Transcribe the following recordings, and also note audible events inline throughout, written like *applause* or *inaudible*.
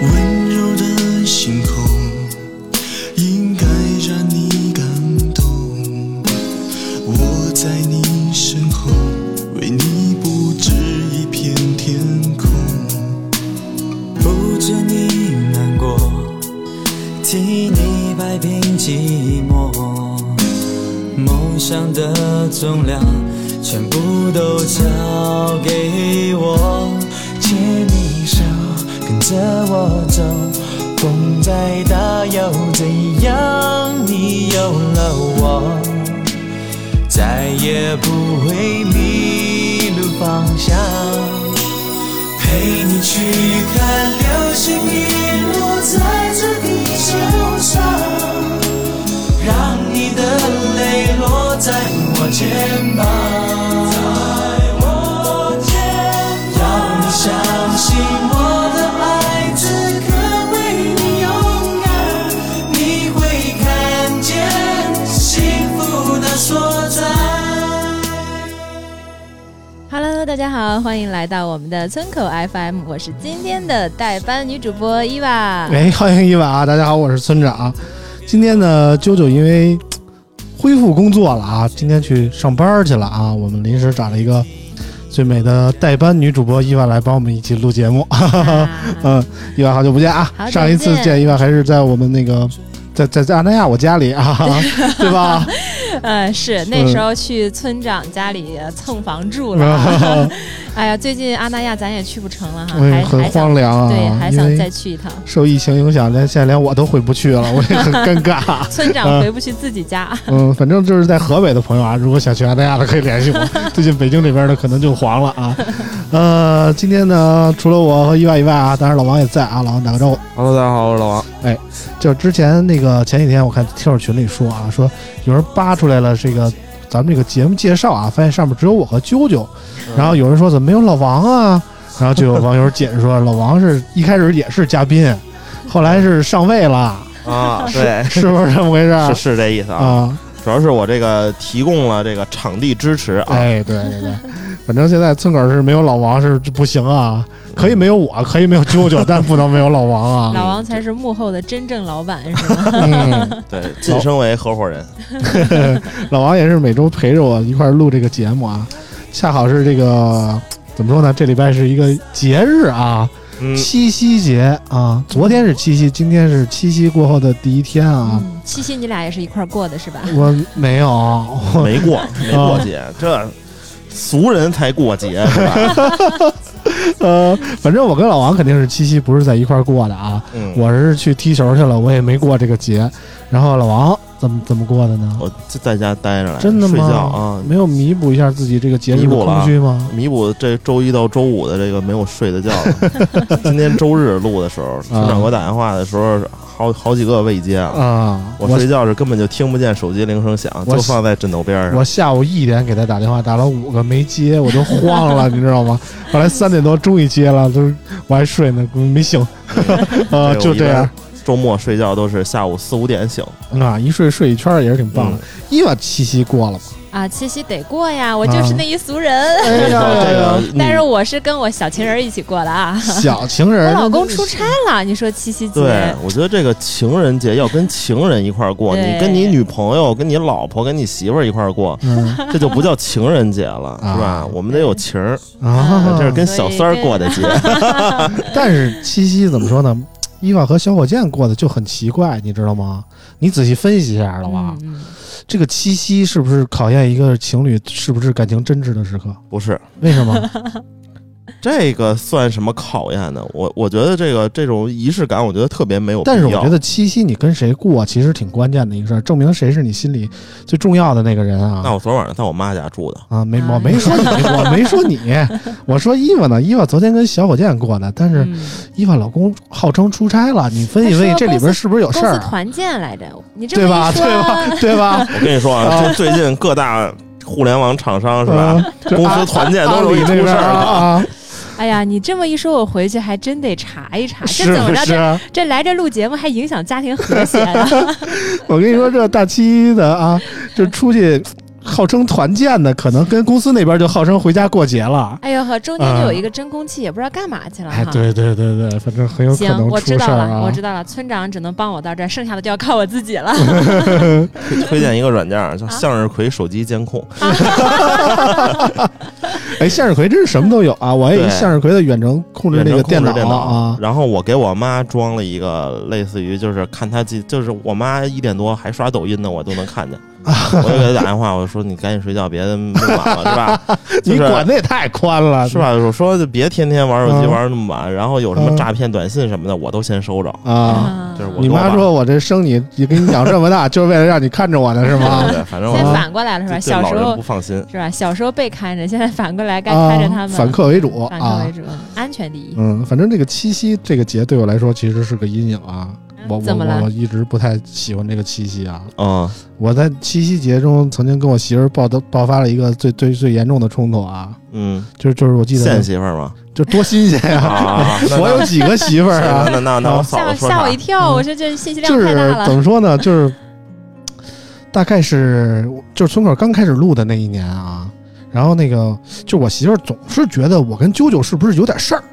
温柔的星空，应该让你感动。我在你身后，为你布置一片天空。不知你难过，替你摆平寂寞。梦想的重量全部都交给我，牵你手，跟着我走，风再大又怎样？你有了我，再也不会迷路方向。陪你去看流星雨落在这地球上，让你的泪落在我肩膀，在我肩膀，要你相信我的爱此刻为你勇敢，你会看见幸福的所在。 Hello，大家好，欢迎来到我们的村口 FM，我是今天的代班女主播伊娃。哎， *laughs* 欢迎伊娃啊，大家好，我是村长。今天呢，啾啾因为嘖恢复工作了啊，今天去上班去了啊，我们临时找了一个最美的代班女主播伊娃来帮我们一起录节目。 *laughs* 啊嗯，伊娃好久不见啊！好久不见上一次见伊娃还是在我们那个在在在阿那亚我家里 *laughs* 啊，对吧？嗯，是那时候去村长家里呃蹭房住了啊。 *laughs* 哎呀，最近阿那亚咱也去不成了哈，嗯哎还，很还荒想凉啊，对，还因想为再去一趟。。受疫情影响，连现在连我都回不去了，我也很尴尬 *laughs* 村长回不去自己家，嗯，反正就是在河北的朋友啊，如果想去阿那亚的可以联系我。 *laughs* 最近北京这边的可能就黄了啊。呃，今天呢，除了我和伊娃以外啊，当然老王也在啊，老王打个招呼。 Hello，大家好，我是老王。就之前那个前几天，我看听友群里说啊，说有人扒出来了这个咱们这个节目介绍啊，发现上面只有我和啾啾，然后有人说怎么没有老王啊？然后就有网友解释说，老王是一开始也是嘉宾，后来是上位了， *laughs* 啊，对，是不是这么回事是儿？是这意思啊。啊，主要是我这个提供了这个场地支持啊，哎，对对对，反正现在村口是没有老王是不行啊，可以没有我，可以没有啾啾，但不能没有老 *laughs* 王啊。老王才是幕后的真正老板，是吗？嗯，对，晋升为合伙人。老王也是每周陪着我一块儿录这个节目啊，恰好是这个怎么说呢？这礼拜是一个节日啊，嗯，七夕节啊，昨天是七夕，今天是七夕过后的第一天啊。嗯，七夕你俩也是一块儿过的是吧？嗯我没有， *laughs* 我没 *laughs* 过，没过节，啊这俗人才过节是 *laughs* 吧？呃，反正我跟老王肯定是七夕不是在一块儿过的啊，嗯，我是去踢球去了，我也没过这个节。然后老王怎么怎么过的呢？我就在家待着来，真的睡吗？觉啊，没有弥补一下自己这个节日弥的补了啊空虚吗？弥补这周一到周五的这个没有 *laughs* 睡的觉了。今天周日录的时候，村长给我打电话的时候，好好几个未接啊。啊，我睡觉是根本就听不见手机铃声响，我就放在枕头边上我。下午一点给他打电话，打了五个没接，我都慌 *laughs* 了，你知道吗？后来三点多终于接了，就是我还睡呢，嗯没 *laughs* 醒，啊，对就这。我一样般周末睡觉都是下午四五点醒，啊，一睡睡一圈儿也是挺棒的嗯。伊娃七夕过了嘛？啊，七夕得过呀，啊我就是那一俗人，哎这呀呀呀个，但是我是跟我小情人一起过的啊。小情我人，老公出差了，你说七夕节，对，我觉得这个情人节要跟情人一块儿过，对你跟你女朋友、跟你老婆、跟你媳妇儿一块儿 *laughs* 过，嗯这就不叫情人节了，啊是吧？我们得有情儿，啊，哎这是跟小三儿过的 *laughs* 节。但是七夕怎么说呢？伊娃和小火箭过的就很奇怪，你知道吗？你仔细分析一下，老王嗯，，嗯这个七夕是不是考验一个情侣是不是感情真挚的时刻？不是，为什么？这个算什么考验呢？我我觉得这个这种仪式感，我觉得特别没有必要。但是我觉得七夕你跟谁过，其实挺关键的一个事儿，证明谁是你心里最重要的那个人那啊。我昨晚上在我妈家住的，啊，没我没说你，我没说你，我说伊娃呢，伊娃昨天跟小火箭过的，但是嗯伊娃老公号称出差了，你分析分析他说这里边是不是有公事司儿，团建来着，你这对么吧？一对说啊，吧？对吧？我跟 *laughs* 你说啊，这最近各大互联网厂商是啊吧，公司团建都容易里出那事边儿啊的。啊，哎呀，你这么一说，我回去还真得查一查，这是怎么不着？是这？这来这录节目还影响家庭和谐 *laughs* 了？我跟你说，这大七的啊，就出去号称团建的，可能跟公司那边就号称回家过节了。哎呦呵，中间就有一个真空期，也不知道干嘛去了嗯哎哈，。对对对对，反正很有可行，能我知出事道儿了，啊我。知道了。村长只能帮我到这儿，剩下的就要靠我自己了。推荐一个软件儿啊叫向日葵手机监控，哎，向日葵真是什么都有啊！我还有一对向日葵的远程控制那远个程控制电脑啊。然后我给我妈装了一个类似于就是看她记，就是我妈一点多还刷抖音呢，我都能 *laughs* 看见。我就给她打电话，我说你赶紧睡觉，别弄晚了，*laughs* 是吧？就你是管的也太宽了，是？吧？我说就别天天玩手机嗯玩那么晚，然后有什么嗯诈骗短信什么的，我都先收着。啊， *laughs* 就是我嗯你跟我妈爸说我这生你，也给你养这么大，就是为了让你看着我呢，是 *laughs* 吗对？对，反正我现啊在嗯妈反过来了是吧？对小老时人候不放心。是吧？小时候被看着，现在反过来该啊看着他们了，反客为主反客啊为。主，安全第一。嗯，反正这个七夕这个节对我来说其实是个阴影啊。我我嗯怎么我了我一直不太喜欢这个七夕啊。嗯，我在七夕节中曾经跟我媳妇儿爆的爆发了一个最最最严重的冲突啊，嗯，就是就是我记得现媳妇儿吗？就多新鲜呀、啊，那我有几个媳妇儿啊，那那那我吓嫂我子说吓我一啥？跳！嗯我说这信息量就是太大怎了。么说呢，就是大概是就是村口刚开始录的那一年啊，然后那个就我媳妇儿总是觉得我跟啾啾是不是有点事儿，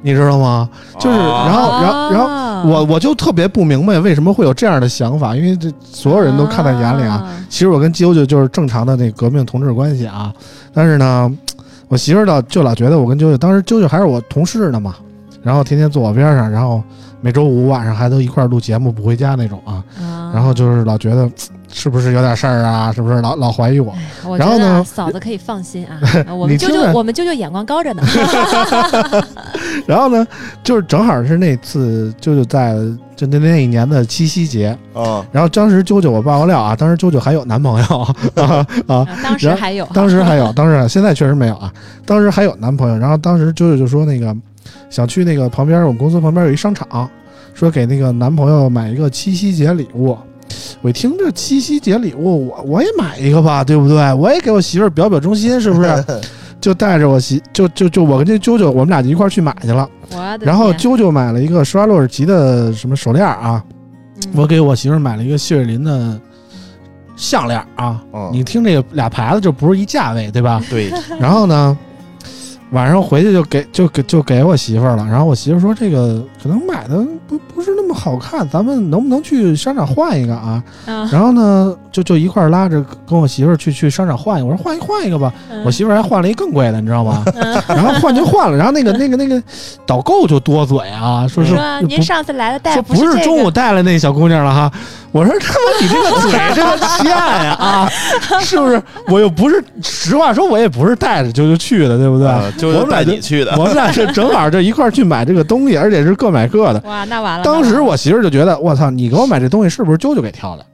你知道吗？啊就是然后啊然哦后然后后我我就特别不明白为什么会有这样的想法，因为这所有人都看在眼里啊。其实我跟啾啾就是正常的那革命同志关系啊，但是呢，我媳妇儿呢就老觉得我跟啾啾，当时啾啾还是我同事呢嘛，然后天天坐我边上，然后每周五晚上还都一块儿录节目不回家那种啊，啊。然后就是老觉得嘖是不是有点事儿啊，是不是老老怀疑我？我然后觉得啊呢嫂子可以放 *laughs* 心啊，啊我们你舅听舅着我们舅舅眼光高 *laughs* 着呢。然后呢，就是正好是那次啾啾在就那那一年的七夕节，嗯，然后当时啾啾我爆个料啊，当时啾啾还有男朋友啊 *laughs* 啊，啊当时还有啊，当时还有，当时现在确实没有啊。当时还有男朋友，然后当时舅舅就说那个想去那个旁边我们公司旁边有一商场，说给那个男朋友买一个七夕节礼物。我一听这七夕节礼物，我我也买一个吧，对不对？我也给我媳妇儿表表忠心，是不是？就带着我媳，就就就我跟这舅舅，我们俩就一块儿去买去了。我的天然后舅舅买了一个施华洛世奇的什么手链啊，嗯我给我媳妇儿买了一个谢瑞麟的项链啊。嗯你听这个俩牌子就不是一价位， *laughs* 对吧？对，然后呢，晚上回去就给就给就给我媳妇儿了。然后我媳妇儿说这个可能买的不不是那么好看，咱们能不能去商场换一个 *laughs* 啊？啊然后呢，就就一块儿拉着跟我媳妇儿去去商场换一个。我说换一换一个吧，嗯我媳妇儿还换了一更贵的，你知道吗？ *laughs* 嗯然后换就换了，然后那个那个那个导购就多嘴啊，说是说不您上次来的带说不这是个中午带了那小姑娘了哈。我说他妈你这个嘴这个欠呀啊，是不是？我又不是，实话说，我也不是带着就就去的，对不对？呃就我是们俩带就你去的。 *laughs* 我们俩是正好这一块儿去买这个东西，而且是各买各的。哇，那完了。当时那完了我媳妇儿就觉得，我操，你给我买这东西是不是啾啾给挑的？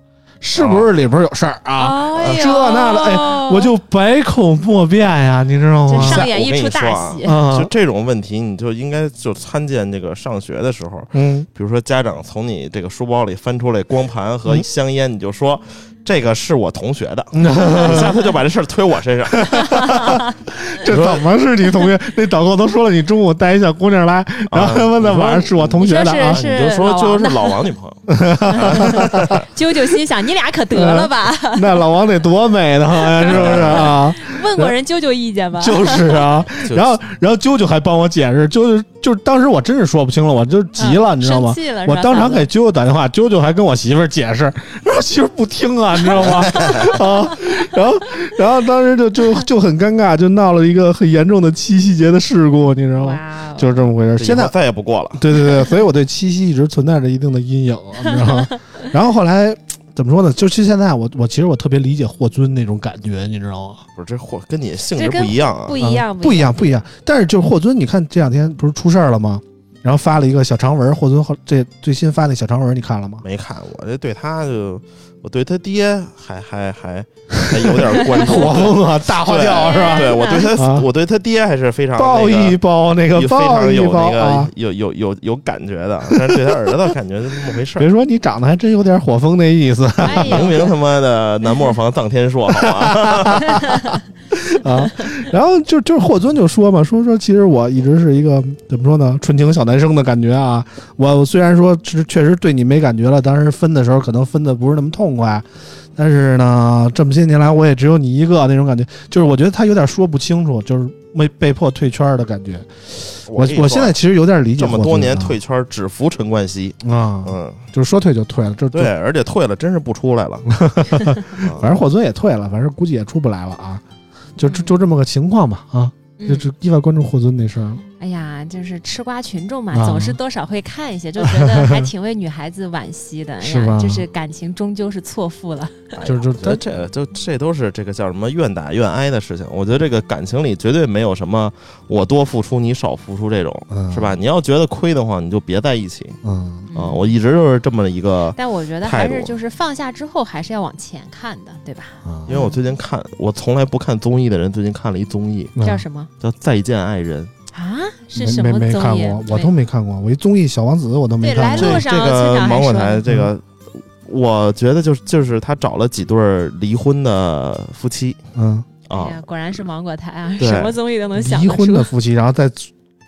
是不是里边有事儿啊？哎呦这那的，哎，我就百口莫辩呀，你知道这吗？上演我跟一你出说大啊戏。啊就，这种问题，你就应该就参见这个上学的时候，嗯，比如说家长从你这个书包里翻出来光盘和嗯香烟，你就说这个是我同学 *laughs* 的，你下次就把这事儿推我身上。 *laughs* 这怎么是你同学？那导购都说了，你中午带一小姑娘来，然后问那晚上是我同学的你啊说。是你就说老王就是的老王女朋 *laughs* 友，舅舅心想：你俩可得 *laughs* 了吧？那老王得多美的呀，是不是 *laughs* 啊？问过人舅舅意见吧？嗯就是啊，就然后然后啾啾还帮我解释，啾啾就是当时我真是说不清了，我就急了，嗯你知道吗生？气了，我是吧当场给啾啾打电话，啾啾还跟我媳妇儿解释，然后媳妇儿不听啊，你知道吗？ *laughs* 啊，然后然后当时就就就很尴尬，就闹了一个很严重的七夕节的事故，你知道吗？哇哦就是这么回事儿。这以现在后再 *laughs* 也不过了。啊对对对，所以我对七夕一直存在着一定的阴影，你知道吗？然后后来怎么说呢？就是现在我我其实我特别理解霍尊那种感觉，你知道吗？不是这货跟你性质这跟不一样啊不，一样，啊不一样，不一样。但是就是霍尊，你看这两天不是出事儿了吗？然后发了一个小长文，霍尊后这最新发那小长文你看了吗？ *laughs* 没看我这对他就，我对他爹还还还还有点关 *laughs* 注，火风啊，大花轿是吧？对我对啊他我对他爹还是非常抱那一个抱那个有非抱常一有抱那啊个！有有有有感觉的，但是对他儿子感觉就那么回事儿别。说你长得还真有点火风那意思哎呦明明他妈的南磨房葬天硕，好吧？ *laughs* 啊。然后就就是霍尊就说嘛，说说其实我一直是一个怎么说呢，纯情小男生的感觉啊。我我虽然说是确实对你没感觉了，当时分的时候可能分的不是那么痛快，但是呢，这么些年来我也只有你一个那种感觉，就是我觉得他有点说不清楚，就是没被迫退圈的感觉。 *laughs* 我跟你我说啊现在其实有点理解这霍么尊啊多年退圈，只服陈冠希。啊，嗯，就是说退就退了，这对，而且退了，真是不出 *laughs* 来了。嗯反正霍尊也退了，反正估计也出不来了啊，就就就这么个情况吧啊，就嗯就意外关注霍尊那事儿了。哎呀，就是吃瓜群众嘛，啊总是多少会看一些，就觉得还挺为女孩子惋惜的。哎是吧呀，就是感情终究是错付了。嗯就是我觉得这就这都是这个叫什么愿打愿挨的事情。我觉得这个感情里绝对没有什么我多付出你少付出这种，嗯是吧？你要觉得亏的话，你就别在一起嗯，啊、我一直就是这么一个，但我觉得还态是度就是放下之后，还是要往前看的，对吧？啊因为我最近看我从来不看综艺的人，最近看了一综艺叫么？什么叫《再见爱人》。啊？是什没嗯没么没综看艺啊过？，我都没看过。我一综艺《小王子》我都没对来看路过这上。这村个哎长还芒果说台这个，我觉得就是就是他找了几对儿离婚的夫妻嗯，哎啊呀，，果然是芒果台啊，对什么综艺都能想离得婚出的夫妻，然后再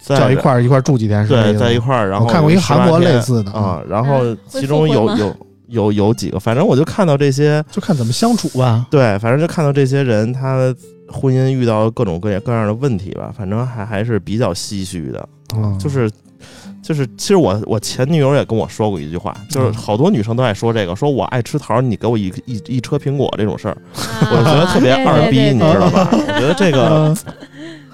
在叫一块儿一块儿住几天，是这意对思在一吗块儿，然后我看过一个韩国有18天类似的，啊，然后嗯会其中复有婚吗有有有几个，反正我就看到这些，就看怎么相处吧。对，反正就看到这些人他婚姻遇到各种各样各样的问题吧，反正还还是比较唏嘘的，嗯，就是。就是，其实我我前女友也跟我说过一句话，就是嗯好多女生都爱说这个，说我爱吃桃，你给我一一一车苹果这种事儿，啊我觉得特别对二逼，对对你对知道吧？我觉得这个嗯呃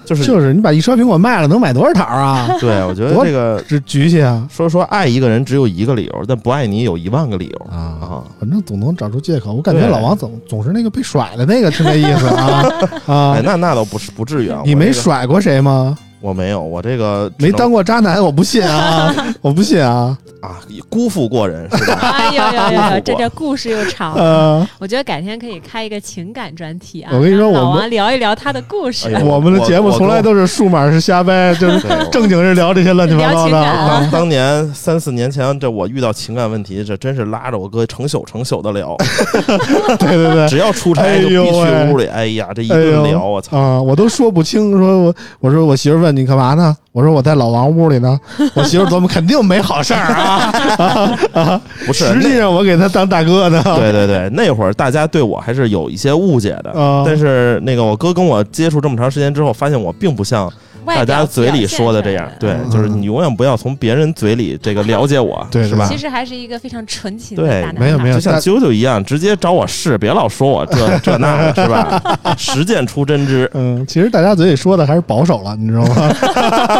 就是就是你把一车苹果卖了，能买多少桃啊？ *laughs* 对，我觉得多这个这局去啊说说爱一个人只有一个理由，但不爱你有一万个理由啊！啊！反正总能找出借口。我感觉对老王总总是那个被甩的那个，是那意思 *laughs* 啊啊哎，！那那倒不是不至于啊，你我没这个甩过谁吗？我没有，我这个只没能当过渣男，我不信 *laughs* 啊！我不信啊！啊，辜负过人是吧？哎呦呦呦呦，这我这故事又长了。呃，我觉得改天可以开一个情感专题啊，我跟你说让老我们王聊一聊他的故事哎。呦我们的节目从来都是数码是瞎掰，就是对我正经是聊这些乱七八糟的聊情感啊啊。当当年三四年前，这我遇到情感问题，这真是拉着我哥成宿成宿的 *laughs* 聊， *laughs* 对对 *laughs* 对，只要出哎差就必呦喂须屋里，哎呀，这一哎呦顿聊，我操！啊、我都说不清。说我我说我媳妇问你干嘛呢？我说我在老王屋里呢。我媳妇琢磨肯定没好事儿啊， *laughs* 不是，实啊际上我给他当大哥呢。那对对对，那会儿大家对我还是有一些误解的，啊但是那个我哥跟我接触这么长时间之后，发现我并不像大外表家嘴里说的这样表，现出对来嗯，就是你永远不要从别人嘴里这个了解我， *laughs* 对是吧其？实还是一个非常纯情的对大男孩。没有没有就像啾啾一样，直接找我试，别老说我 *laughs* 这这那的，是吧？实践出真知，嗯，其实大家嘴里说的还是保守了，你知道 *laughs* 吗？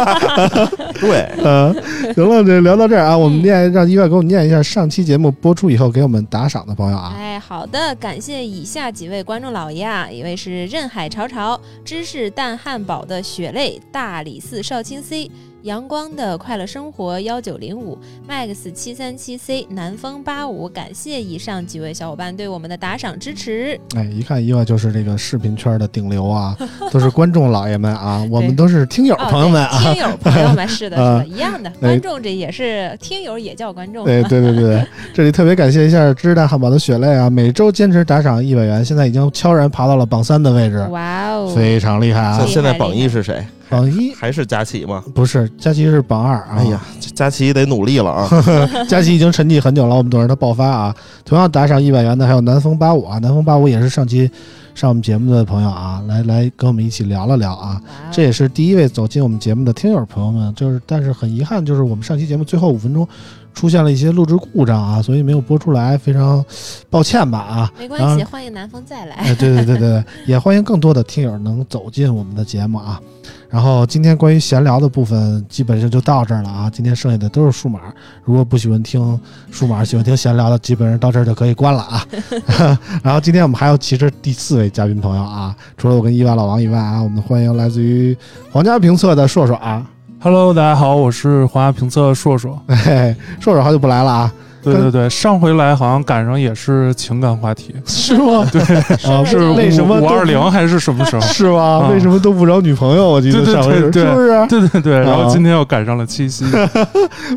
对，嗯，行了，这聊到这儿啊，我们念让音乐给我们念一下上期节目播出以后给我们打赏的朋友啊。哎，好的，感谢以下几位观众老爷啊，一位是任海潮潮、芝士蛋汉堡的血泪、大理寺少卿 C、阳光的快乐生活幺九零五、Max 七三七 C、南风八五，感谢以上几位小伙伴对我们的打赏支持。哎，一看伊娃就是这个视频圈的顶流 *laughs* 啊，都是观众老爷们啊，我们对都是听友哦朋友们啊。对听友朋友们，是的，*laughs* 是啊的，一样的，观众这也是听友也叫观众，哎对对对对，这里特别感谢一下芝士蛋汉堡的血泪啊，每周坚持打赏一百元，现在已经悄然爬到了榜三的位置，哇哦，非常厉害啊像！是现在榜一是谁？榜一还是佳琪吗？不是佳琪是榜二啊，哎呀，，这佳琪得努力了啊！佳琪已经沉寂很久了，我们等着他爆发啊！同样打赏一百元的还有南风八五啊，南风八五也是上期上我们节目的朋友啊，来来跟我们一起聊了聊啊。哇哦这也是第一位走进我们节目的听友朋友们，就是但是很遗憾，就是我们上期节目最后五分钟出现了一些录制故障啊，所以没有播出来，非常抱歉吧啊。没关系，然欢迎南风再 *laughs* 来。哎，对对对对，也欢迎更多的听友能走进我们的节目啊。然后今天关于闲聊的部分基本上就到这儿了啊，今天剩下的都是数码。如果不喜欢听数码，喜欢听闲聊的，基本上到这儿就可以关了啊。 *laughs* 然后今天我们还有其实第四位嘉宾朋友啊，除了我跟伊娃老王以外啊，我们欢迎来自于皇家评测的硕硕啊， Hello，大家好，我是华夏评测硕硕。嘿嘿，硕硕好久不来了啊，对对对，上回来好像赶上也是情感话题，是吗？对，啊，是为什么五都？二零 *laughs* 还是什么时候 *laughs* 是吗？啊为什么都不找女朋友？我记得对对上回是对对是不是？对对对，然啊后今天又赶上了七 *laughs* 夕，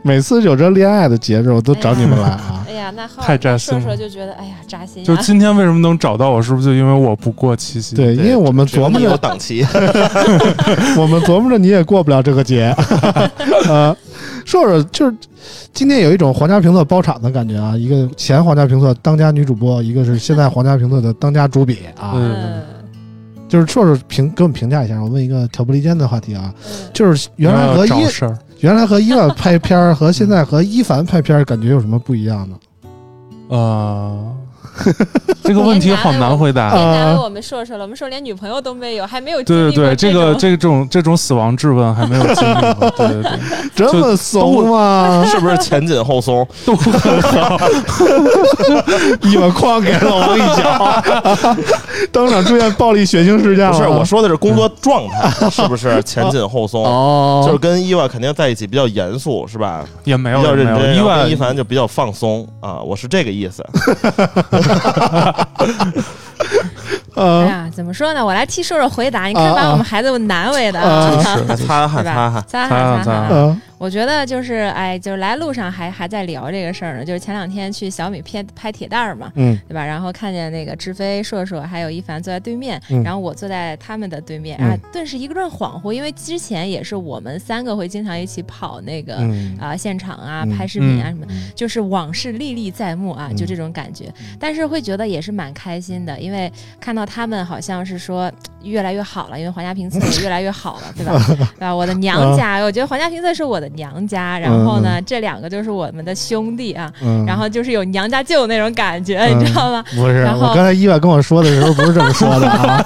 每次有这恋爱的节日，我都找你们来啊。哎呀，那浩太扎心硕了硕就觉得，哎呀，扎心就啊！今天为什么能找到我，是不是就因为我不过七夕？对，因为我们只 *laughs* 有琢磨你有着，档期， *laughs* 我们琢磨着你也过不了这个节。呃，硕硕就是今天有一种皇家评测包场的感觉啊，一个前皇家评测当家女主播，一个是现在皇家评测的当家主笔啊。嗯嗯就是硕硕评给我们评价一下，我问一个挑拨离间的话题啊，嗯，就是原来要和呃找伊 *laughs* 事儿。原来和伊万拍片儿和现在和伊凡拍片儿感觉有什么不一样呢？呃，这个问题好难回别 *laughs* 答。难为啊我们硕硕了，我们硕硕连女朋友都没有，还没有经对历对对，过这个这种种这种死亡质问还没有经历过，对对对，这么怂 *laughs* 吗？是不是前紧后松？*laughs* 都很好。伊万哐给老王一 *laughs* 脚，当场出现暴力血腥事件了。不是，我说的是工作状态，是不 *laughs* 是前紧后松？哦，就是跟伊娃肯定在一起比较严肃，是吧？也没比有较也认没有，真，伊然后跟万一凡就比较放松啊，我是这个意思。哎呃，呀，怎么说呢？我来替硕硕回答，你看啊把啊我们孩子难为的啊啊，还擦汗对擦吧汗，？擦擦汗汗擦擦汗汗。呃，我觉得就是哎，就是来路上还还在聊这个事儿呢，就是前两天去小米片拍铁蛋儿嘛，嗯，对吧？然后看见那个志飞、硕硕还有一凡坐在对面，嗯然后我坐在他们的对面，嗯啊，顿时一个阵恍惚，因为之前也是我们三个会经常一起跑那个啊、嗯现场啊、嗯拍视频啊嗯什么，就是往事历历在目啊，嗯就这种感觉。但是会觉得也是蛮开心的，因为看到他们好像是说越来越好了，因为皇家评测也越来越好了，对吧？ *laughs* 对吧？我的嗯娘家，我觉得皇家评测是我的娘家，然后呢，这两个就是我们的兄弟啊，嗯，然后就是有娘家舅那种感觉，你知道吗？不是，然后我刚才伊万跟我说的时候不是这么说的 *laughs* 啊，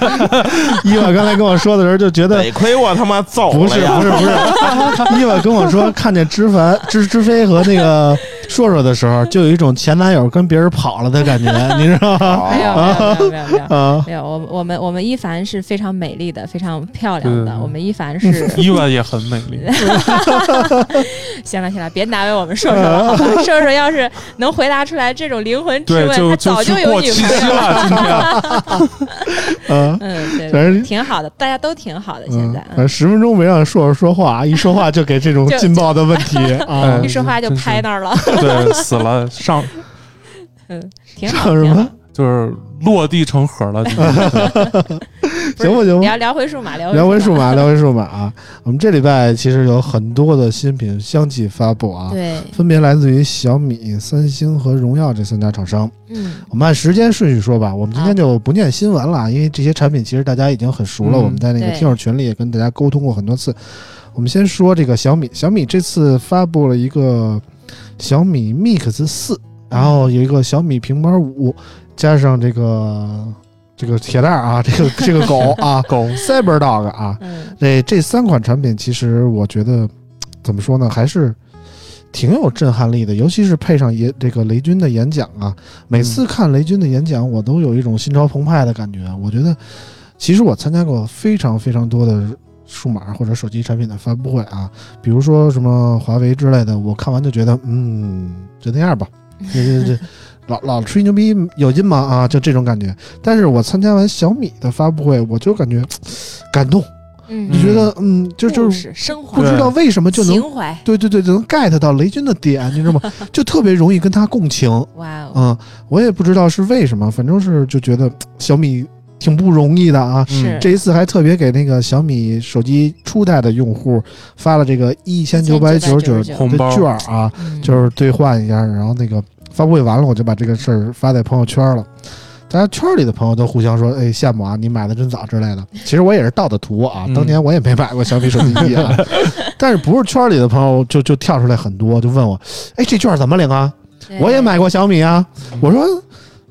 伊万刚才跟我说的时候就觉得。得亏我他妈走不了是呀 *laughs* 不！是不是，伊万跟我说看见知凡、知知飞和那个硕硕的时候，就有一种前男友跟别人跑了的感觉，你知道吗？没有，没有，没有，没有，没有。 *laughs* 啊，没有，我我们我们一凡是非常美丽的，非常漂亮的。对我们一凡是， *laughs* 伊万也很美丽。行了行了，别难为我们硕硕了，嗯好吧？硕硕要是能回答出来这种灵魂质对问，，就他早去有过女七朋夕友了，今天。嗯，嗯，对反对，正挺好的，大家都挺好的。现嗯在，，反正十分钟没让硕硕说话，一说话就给这种就劲爆的问题啊哎嗯一，说话就真是拍那儿 *laughs* 了， *laughs* 对，死了上嗯，挺好。上什么挺好就是落地成盒了。不是行不行吧？聊聊回数码，聊嗯聊回数码。码，聊回数码啊！我们这礼拜其实有很多的新品相继发布啊，对，分别来自于小米、三星和荣耀这三家厂商。嗯，我们按时间顺序说吧，我们今好天就不念新闻了，因为这些产品其实大家已经很熟了，嗯我们在那个对听友群里也跟大家沟通过很多次。我们先说这个小米，小米这次发布了一个小米 Mix 四，嗯然后有一个小米平板五，加上这个这个铁蛋儿啊，这个这个狗啊 *laughs* 狗， ，CyberDog 啊，嗯，这这三款产品，其实我觉得怎么说呢，还是挺有震撼力的，尤其是配上也这个雷军的演讲啊，每次看雷军的演讲，我都有一种心潮澎湃的感觉。我觉得，其实我参加过非常非常多的数码或者手机产品的发布会啊，比如说什么华为之类的，我看完就觉得，嗯，就那样吧，这这这。老老吹牛逼有劲吗？啊，就这种感觉。但是我参加完小米的发布会，我就感觉感动，嗯，就觉得嗯，就就故是事升华不知道为什么就能情怀，对对对，就能 get 到雷军的点，你知道 *laughs* 吗？就特别容易跟他共情哇哦，啊、我也不知道是为什么，反正是就觉得小米挺不容易的啊。是这一次还特别给那个小米手机初代的用户发了这个一千九百九十九1999红的包券儿啊，嗯就是兑换一下。然后那个发布会完了，我就把这个事儿发在朋友圈了。大家圈儿里的朋友都互相说：“哎，羡慕啊，你买的真早之类的。”其实我也是盗的图啊，嗯当年我也没买过小米手机机啊。但是不是圈儿里的朋友就就跳出来很多，就问我：“哎，这券儿怎么领啊？”对我也买过小米啊。我说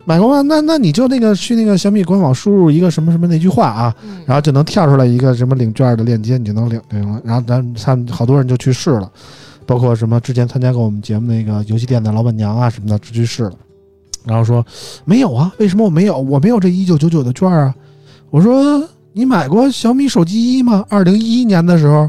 买过吗？那那你就那个去那个小米官网输入一个什么什么那句话啊，嗯然后就能跳出来一个什么领券的链接，你就能领领了。然后咱他们好多人就去试了，包括什么之前参加过我们节目那个游戏店的老板娘啊什么的，就去试了。然后说没有啊，为什么我没有？我没有这一九九九的券啊。我说你买过小米手机一吗？二零一一年的时候。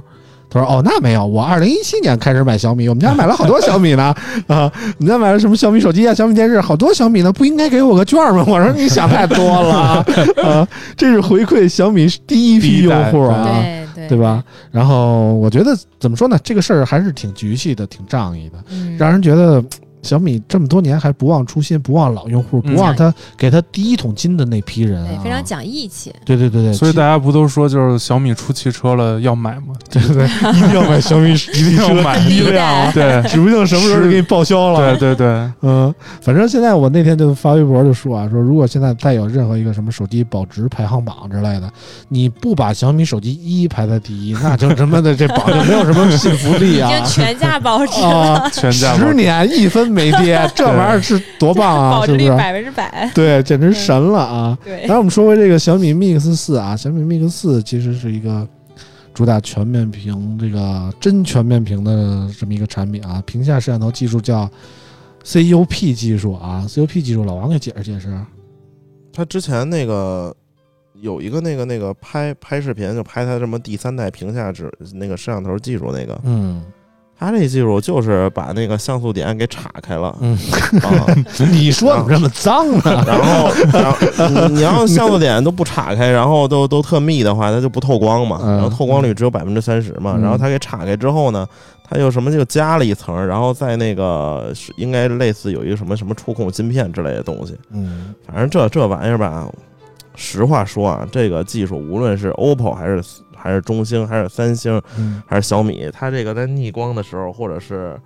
他说：“哦，那没有，我二零一七年开始买小米，我们家买了好多小米呢， *laughs* 啊，你家买了什么小米手机啊、小米电视，好多小米呢，不应该给我个券吗？”我说：“你想太多了 *laughs* 啊，啊这是回馈小米第一批用户啊，对对对？吧？然后我觉得怎么说呢，这个事儿还是挺局气的，挺仗义的，嗯，让人觉得嘖小米这么多年还不忘初心，不忘老用户，嗯不忘他给他第一桶金的那批人、对啊，非常讲义气，对对对对，所以大大家不都说就是小米出汽车了要买吗？对对对，一定要买小米，一定要买第一第一辆代，对 *laughs* 指不定什么时候就给你报销了。对对对，嗯，反正现在我那天就发微博就说啊，说如果现在再有任何一个什么手机保值排行榜之类的，你不把小米手机一排在第一，那就他妈的这榜就没有什么信服力已 *laughs* 啊经全价保值，啊！全价十年一分没跌，这玩意儿是多棒啊！ *laughs* 保是值不率是？百分之百，对，简直神了啊！对 *laughs* 然，后我们说回这个小米 Mix 四啊，小米 Mix 四其实是一个主打全面屏，这个真全面屏的这么一个产品啊。屏下摄像头技术叫 CUP 技术啊，CUP 技术老王给解释解释。他之前那个有一个那个那个拍拍视频，就拍他什么第三代屏下指那个摄像头技术那个，嗯，他这技术就是把那个像素点给岔开了，嗯啊， *laughs* 你说怎么这么脏啊呢？然后然后你你要像素点都不岔开，然后都都特密的话，它就不透光嘛，嗯然后透光率只有百分之三十嘛，嗯然后它给岔开之后呢，它又什么就加了一层，然后在那个是应该类似有一个什么什么触控芯片之类的东西，嗯，反正这这玩意儿吧，实话说啊，这个技术无论是 OPPO 还是还是中兴还是三星嗯还是小米，它这个在逆光的时候或者是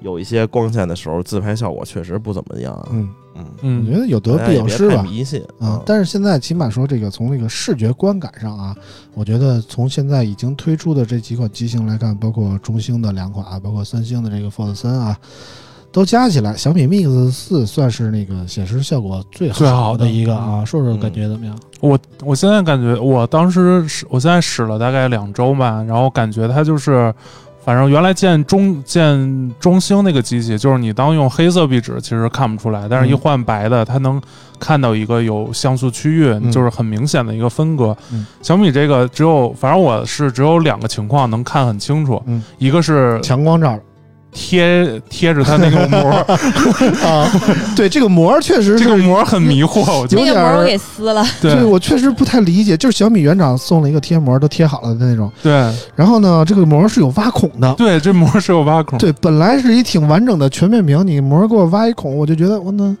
有一些光线的时候，自拍效果确实不怎么样啊。嗯，哎嗯，我觉嗯，得有得大家必也有别失太吧。迷信嗯啊、但是现在起码说这个从这个视觉观感上啊，我觉得从现在已经推出的这几款机型来看，包括中兴的两款啊，包括三星的这个 Fold 三啊，都加起来，小米 Mix 四算是那个显示效果最最好的的一个啊。硕硕嗯感觉怎么样？我我现在感觉，我当时使，我现在使了大概两周吧，然后感觉它就是。反正原来见中见中兴那个机器，就是你当用黑色壁纸其实看不出来，但是一嗯换白的，它能看到一个有像素区域，嗯就是很明显的一个分割。嗯小米这个只有，反正我是只有两个情况能看很清楚，嗯一个是强光 *laughs* 照贴贴着它那个 *laughs* 膜，啊，对这个膜确实这是个膜很迷惑，我觉那有个点膜我儿给撕了，对得我确实不太理解，就是小米原厂送了一个贴膜，都贴好了的那种，对然后呢，这个膜是有挖孔的对。对，这膜是有挖孔，对，本来是一挺完整的全面屏，你膜给我挖一孔，我就觉得我那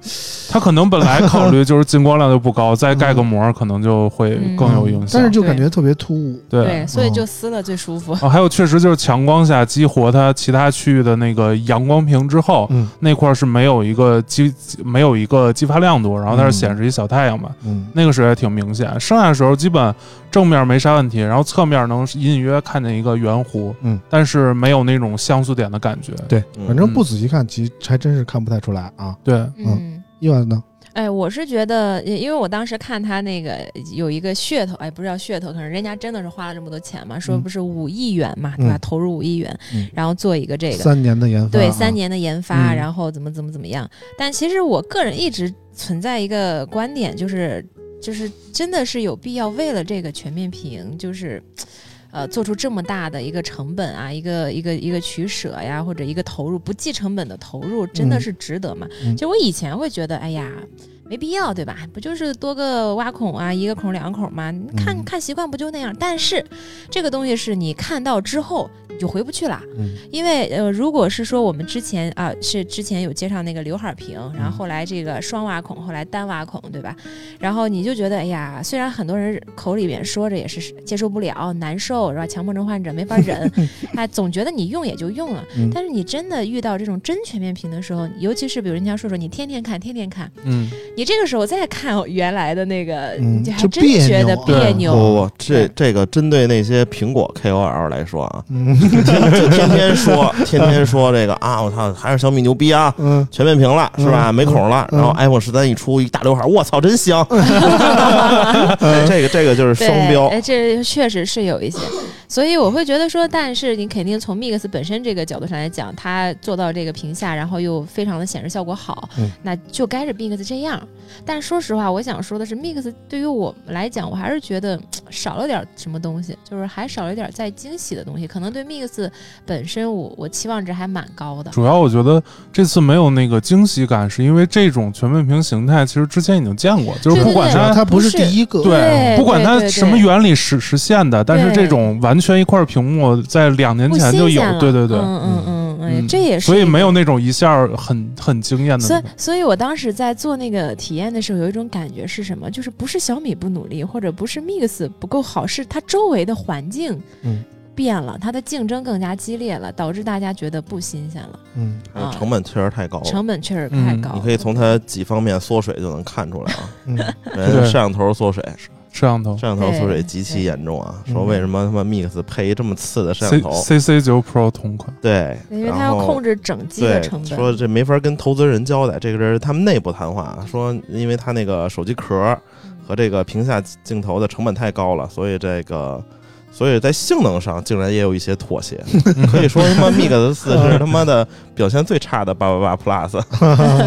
它可能本来考虑就是进光量就不高，再盖个膜可能就会更嗯有影响。但是就感觉特别突兀。对对，。所以哦就撕了最舒服，哦，还有确实就是强光下激活它其他区域的那个阳光屏之后，嗯那块儿是没有一个激没有一个激发亮度，然后它是显示一小太阳嘛，嗯那个时候也挺明显。剩下的时候基本正面没啥问题，然后侧面能隐隐约看见一个圆弧，嗯，但是没有那种像素点的感觉。对，嗯反正不仔细看，其实还真是看不太出来啊。对，嗯。意外呢？哎，我是觉得，呃因为我当时看他那个有一个噱头，哎，不是叫噱头，可能人家真的是花了这么多钱嘛，说嗯不是五亿元嘛，对吧？嗯投入五亿元，嗯然后做一个这个，三年的研发，啊对，三。年的研发，嗯然后怎么怎么怎么样。但其实我个人一直存在一个观点，就是就是真的是有必要为了这个全面屏，就是。呃，做出这么大的一个成本啊，一个一个一个取舍呀，或者一个投入，不计成本的投入，真的嗯是值得吗？嗯其实我以前会觉得，哎呀，没必要，对吧？不就是多个挖孔啊，一个孔两个孔嘛，你看嗯看习惯不就那样？但是这个东西是你看到之后，你就回不去了。嗯因为呃，如果是说我们之前啊，是之前有介绍那个刘海屏，然后后来这个双挖孔，后来单挖孔，对吧？然后你就觉得，哎呀，虽然很多人口里面说着也是接受不了、难受，然后强迫症患者没法忍，哎，总觉得你用也就用了。嗯但是你真的遇到这种真全面屏的时候，尤其是比如人家说说你天天看，天天看，嗯，你这个时候再看哦原来的那个，嗯你就还就真别觉扭得啊别对不扭。不不，这哎这个针对那些苹果 KOL 来说啊，嗯就天天说，天天说这个啊，我操，还是小米牛逼啊！嗯，全面屏了是吧？嗯没孔了，嗯然后 iPhone 十三一出，一大刘海，我操，真 *laughs* 香！哎这个这个就是对，双标，哎，这确实是有一些，所以我会觉得说，但是你肯定从 Mix 本身这个角度上来讲，它做到这个屏下，然后又非常的显示效果好，嗯那就该是 Mix 这样。但说实话，我想说的是，Mix 对于我们来讲，我还是觉得嘖少了点什么东西，就是还少了点再惊喜的东西。可能对 Mix 本身我，我期望值还蛮高的。主要我觉得这次没有那个惊喜感，是因为这种全面屏形态其实之前已经见过，就是对不管对主对要它它不是不是第一个，对不管它对对什么原理实实现的，但是对这种完全一块屏幕在两年不前就新有鲜了，，对对对，嗯嗯嗯嗯，哎嗯这也是一所个，以没有那种一下儿很很惊艳的所那以种。，所以我当时在做那个体验的时候，有一种感觉是什么？就是不是小米不努力，或者不是 Mix 不够好，是它周围的环境嗯变了，它的竞争更加激烈了，导致大家觉得不新鲜了，嗯，哎成本确实太高了。成本确实太嗯高了。你可以从它几方面缩水就能看出 *laughs* 来啊，嗯人对摄像头缩水，摄像头摄像头缩水极对其严重啊。嗯说为什么他妈 Mix 配这么次的摄像，C 头？ C C 九 Pro 同款，对，因为它然要后控制整机的对成，本，说这没法跟投资人交代，这个是他们内部谈话，说因为他那个手机壳和这个屏下镜头的成本太高了，所以这个。所以在性能上竟然也有一些 *laughs* 妥协，可以说他妈 Mix 四是他妈的表现最差的八八八 Plus *laughs*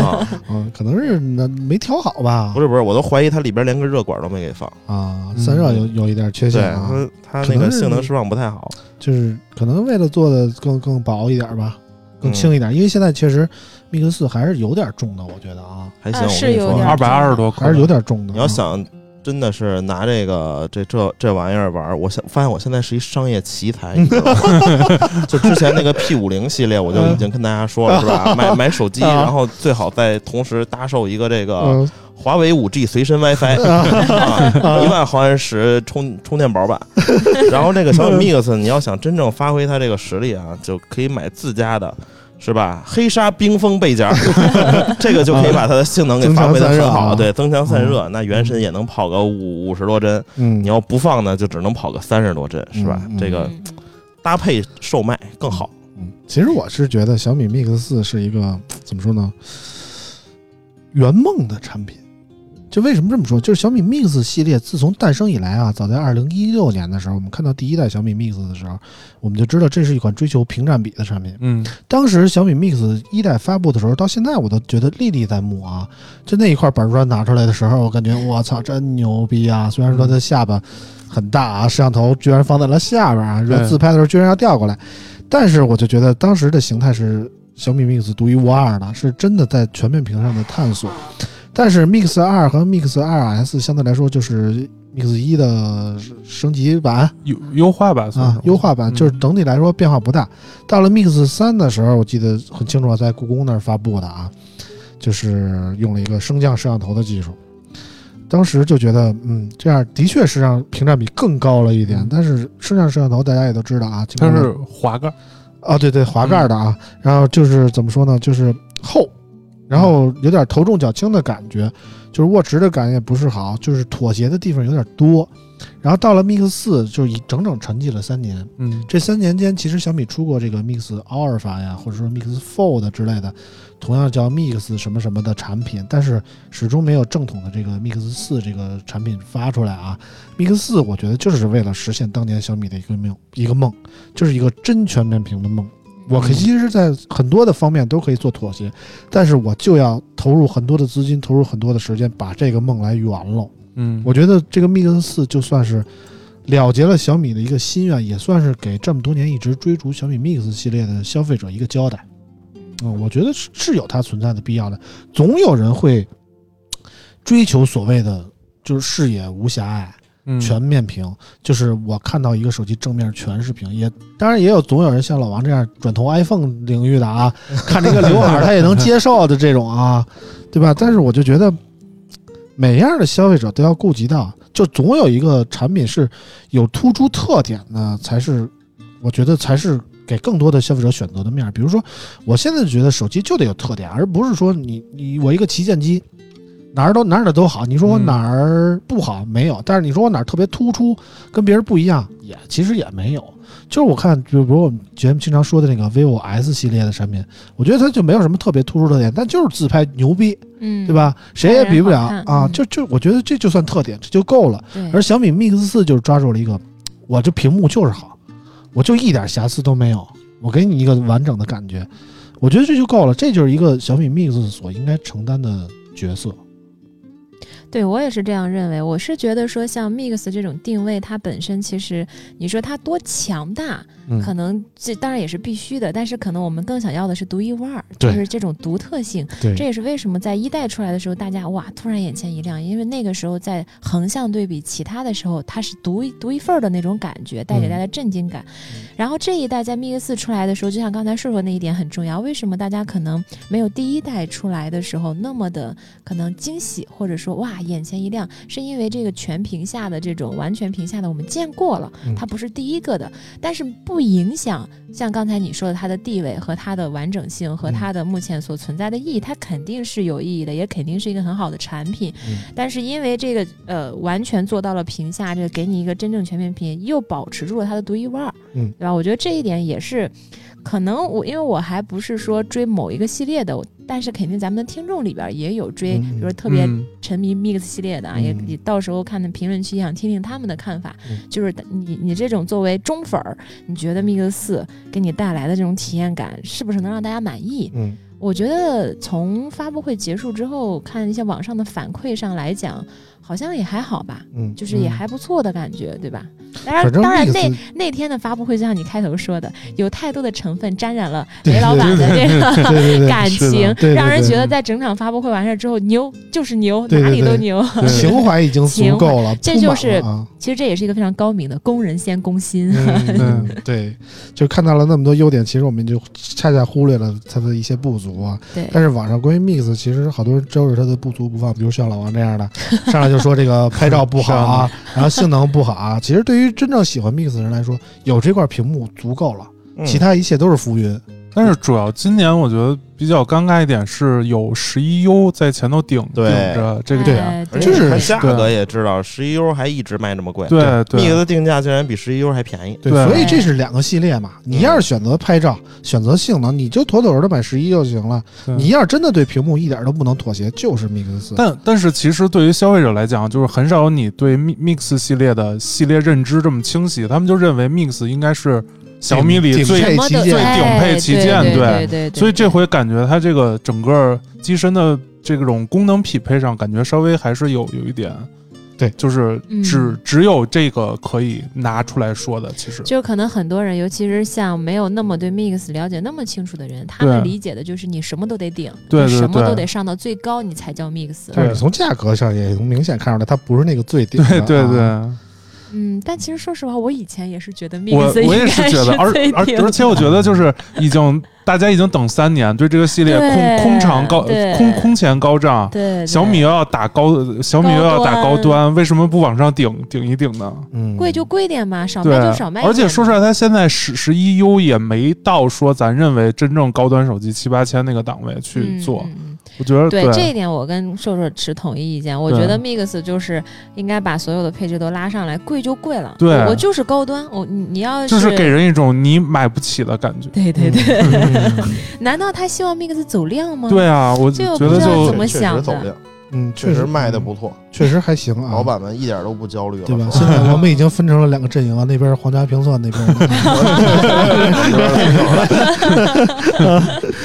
啊！嗯，可能是那没调好吧不？是不是，我都怀疑它里边连个热管都没给放。啊，嗯散热有有一点缺对嗯陷，啊，它它可那能个是性能释放不太好。就是可能为了做的更更薄一点吧，更嗯轻一点，因为现在确实 Mix 四还是有点重的，我觉得啊，还行，啊我是跟你有说点啊，二百二十多克，还是有点重的。啊你要，想真的是拿这个这这这玩意儿玩儿，我现发现我现在是一商业奇才，你知道吗？就之前那个 P 五零系列，我就已经跟大家说了，是吧？买买手机，啊然后最好再同时搭售一个这个呃 *laughs* 嗯，华为五 G 随身 WiFi，啊一万毫安时充充 *laughs* 电宝版。然后这个小米 Mix，你要想真正发挥它这个实力啊，就可以买自家的。是吧？黑鲨冰封背夹， *laughs* 这个就可以把它的性能给发挥的很增强散热啊好，对，增强散热。那原神也能跑个五五十多帧，嗯，你要不放呢，就只能跑个三十多帧，是吧？嗯嗯这个嗯搭配售卖更好。嗯，其实我是觉得小米 Mix 四是一个怎么说呢，圆梦的产品。就为什么这么说？就是小米 Mix 系列自从诞生以来啊，早在二零一六年的时候，我们看到第一代小米 Mix 的时候，我们就知道这是一款追求屏占比的产品。嗯，当时小米 Mix 一代发布的时候，到现在我都觉得历历在目啊！就那一块板砖拿出来的时候，我感觉我操，真牛逼啊！虽然说它下巴很大啊，摄像头居然放在了下边啊，然后对自拍的时候居然要调过来，但是我就觉得当时的形态是小米 Mix 独一无二的，是真的在全面屏上的探索。但是 Mix 二和 Mix 二 S 相对来说就是 Mix 一的升级版，优优化吧，算啊是，优化版嗯就是整体来说变化不大。到了 Mix 三的时候，我记得很清楚啊，在故宫那儿发布的啊，就是用了一个升降摄像头的技术。当时就觉得，嗯，这样的确是让屏占比更高了一点嗯。但是升降摄像头大家也都知道啊，经它常是嗯滑盖儿，啊，对对，滑盖的啊。然后就是怎么说呢，就是厚，然后嗯有点头重脚轻的感觉，就是握持的感也不是好，就是妥协的地方有点多。然后到了 Mix 四，就已整整沉寂了三年。嗯，这三年间，其实小米出过这个 Mix Alpha 呀，或者说 Mix Fold 之类的，同样叫 Mix 什么什么的产品，但是始终没有正统的这个 Mix 四这个产品发出来啊。Mix 四，我觉得就是为了实现当年小米的一个梦，一个梦，就是一个真全面屏的梦。我嗯可其实，在很多的方面都可以做妥协，但是我就要投入很多的资金，投入很多的时间，把这个梦来圆了。嗯，我觉得这个 Mix 四就算是了结了小米的一个心愿，也算是给这么多年一直追逐小米 Mix 系列的消费者一个交代。嗯，我觉得是是有它存在的必要的，总有人会追求所谓的就是视野无狭隘，嗯全面屏，就是我看到一个手机正面全是屏，也当然也有总有人像老王这样转投 iPhone 领域的啊，看这个刘海儿他也能接受的这种啊，对吧？但是我就觉得每样的消费者都要顾及到，就总有一个产品是有突出特点的，才是我觉得才是给更多的消费者选择的面儿。比如说，我现在觉得手机就得有特点，而不是说你你我一个旗舰机。哪儿都哪儿的都好，你说我嗯哪儿不好、没有？但是你说我哪儿特别突出，跟别人不一样，也其实也没有。就是我看，就比如我们节目经常说的那个 vivo S 系列的产品，我觉得它就没有什么特别突出特点，但就是自拍牛逼，嗯，对？吧？谁也比不了当然好看啊！嗯就就我觉得这就算特点，这就够了。对，而小米 Mix 四就是抓住了一个，我这屏幕就是好，我就一点瑕疵都没有，我给你一个完整的感觉，我觉得这就够了。这就是一个小米 Mix 所应该承担的角色。对我也是这样认为。我是觉得说，像 Mix 这种定位，它本身其实你说它多强大，嗯可能这当然也是必须的，但是可能我们更想要的是独一无二，就对是这种独特性。这对也是为什么在一代出来的时候，大家哇突然眼前一亮，因为那个时候在横向对比其他的时候，它是独一独一份儿的那种感觉，带给大家震惊感。嗯然后这一代在 Mix 四出来的时候，就像刚才硕硕那一点很重要，为什么大家可能没有第一代出来的时候那么的可能惊喜，或者说哇眼前一亮，是因为这个全屏下的这种完全屏下的我们见过了嗯，它不是第一个的，但是不影响像刚才你说的它的地位和它的完整性和它的目前所存在的意义，它肯定是有意义的，也肯定是一个很好的产品。嗯但是因为这个呃完全做到了屏下，这个给你一个真正全面屏，又保持住了它的独一无二，嗯，对吧？我觉得这一点也是。可能我因为我还不是说追某一个系列的，但是肯定咱们的听众里边也有追，嗯比如说特别嗯沉迷 Mix 系列的啊，也嗯也到时候看的评论区也想听听他们的看法。嗯就是你你这种作为中粉儿，你觉得 Mix 四给你带来的这种体验感，是不是能让大家满意？嗯，我觉得从发布会结束之后，看一些网上的反馈上来讲，好像也还好吧，嗯就是也嗯还不错的感觉，对吧？反当然，正当然 Mix 那那天的发布会，就像你开头说的，有太多的成分沾染了对雷老板的这个对对对，感是的情对，对让人对觉得在整场发布会完事儿之后，牛就是牛，对对哪里都对牛。嗯对情怀已经足够了，情怀铺满这就是了啊。其实这也是一个非常高明的工人先攻心。 *laughs* 嗯，对，就看到了那么多优点，其实我们就恰恰忽略了它的一些不足啊。 *laughs* 对，但是网上关于 Mix，其实好多人遮着它的不足不放，比如像老王这样的， *laughs* 上来就说这 *laughs* 个拍照不好啊，然后性能不好啊。其实对于真正喜欢 Mix 的人来说，有这块屏幕足够了，嗯其他一切都是浮云。但是主要今年我觉得比较尴尬一点是有十一 U 在前头顶顶对着啊这个对点，哎而且就对是看价格也知道，十一 U 还一直卖这么贵，对，Mix 对的定价竟然比十一 U 还便宜。对，对嗯所以这是两个系列嘛。你要是选择拍照，选择性能，你就妥妥的买十一就行了。对你要是真的对屏幕一点都不能妥协，就是 Mix 四。嗯但但是其实对于消费者来讲，就是很少有你对 Mi- Mix 系列的系列认知这么清晰，他们就认为 Mix 应该是小米里顶最配什么旗的舰最顶配旗舰哎对对对对对，所以这回感觉它这个整个机身的这种功能匹配上，感觉稍微还是有有一点，对就是嗯只、只有这个可以拿出来说的，其实就可能很多人，尤其是像没有那么对 Mix 了解那么清楚的人，他们对理解的就是你什么都得顶，对你对什么对都得上到最高，你才叫 Mix。但是你从价格上也能明显看出来，它不是那个最顶的、对对对。啊嗯，但其实说实话，我以前也是觉得 Mix 我应我该也是觉得，而最而顶而且我觉得就是已经大家已经等三年，对这个系列对空空长高对空空前高涨，对对小米又要打高，小米又要打高高端端，为什么不往上顶顶一顶呢？嗯，贵就贵点嘛，少对卖就少卖一点嘛。嗯而且说出来，它现在十十一 U 也没到说咱认为真正高端手机七八千那个档位去嗯做，嗯嗯我觉得对这一点，我跟瘦瘦持统一意见。我觉得 Mix 就是应该把所有的配置都拉上来，贵就贵了。对我我就是高端，我你你要就是给人一种你买不起的感觉。对对对， *laughs* *laughs* 嗯，难道他希望 Mix 走量吗？ *laughs* 对啊，我这觉个得嗯不知道就怎么想的确实走量，嗯，确实卖的不，错，确实还行啊。老板们一点都不焦虑了， *laughs* 对吧？是现在我们已经分成了两个阵营啊，那边是皇家评算，那边是啊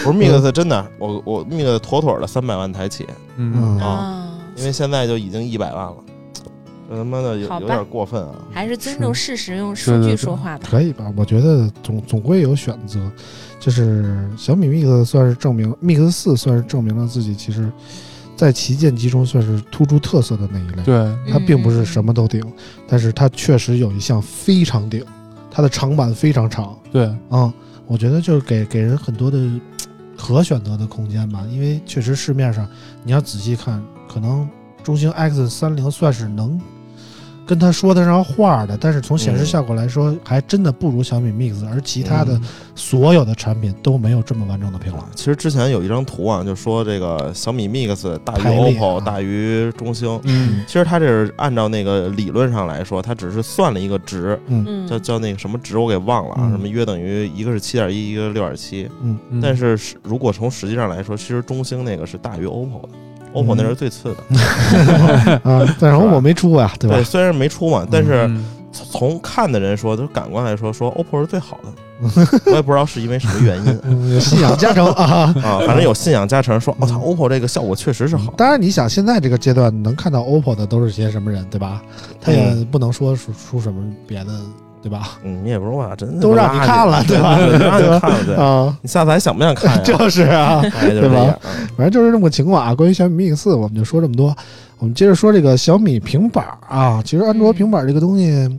不是 Mix 真的，我我 Mix 妥妥的三百万台起，嗯嗯啊，因为现在就已经一百万了，这他妈的有好吧有点过分啊！还是尊重事实，用对数对据对说话吧。可以吧？我觉得总总归有选择，就是小米 Mix 算是证明，Mix 四算是证明了自己其实。在旗舰机中算是突出特色的那一类。对，它并不是什么都顶，但是它确实有一项非常顶，它的长板非常长对，啊、我觉得就是给给人很多的嘖可选择的空间吧，因为确实市面上你要仔细看，可能中兴 X 三零算是能跟它说得上话的，但是从显示效果来说，还真的不如小米 Mix，而其他的所有的产品都没有这么完整的 *laughs* 屏了。其实之前有一张图啊，就说这个小米 Mix 大于排列啊 OPPO 大于中兴。嗯，其实它这是按照那个理论上来说，它只是算了一个值，嗯嗯，叫叫那个什么值我给忘了啊，嗯什么约等于一个是七点一，一个六点七。嗯但是是如果从实际上来说，其实中兴那个是大于 OPPO 的，OPPO 那是最次的。啊，但是我没出过呀，对吧对，？虽然没出嘛，但是嗯从看的人说，就是感官来说，说 OPPO 是最好的。 *laughs* 我也不知道是因为什么原因 *laughs* 嗯，有信仰加成啊。啊，反正有信仰加成，说哦我操嗯，OPPO 这个效果确实是好。当然，你想现在这个阶段能看到 OPPO 的都是些什么人，对吧？他也不能说出出什么别的，对吧？嗯，你也不是哇，真的都让你看了对吧都让你看了，对。啊，你下次还想不想 *laughs* 看呀？就是啊，哎，就是这样。反正就是这么个情况啊。关于小米 Mix 四，我们就说这么多。我们接着说这个小米平板儿啊，其实安卓平板儿这个东西，嗯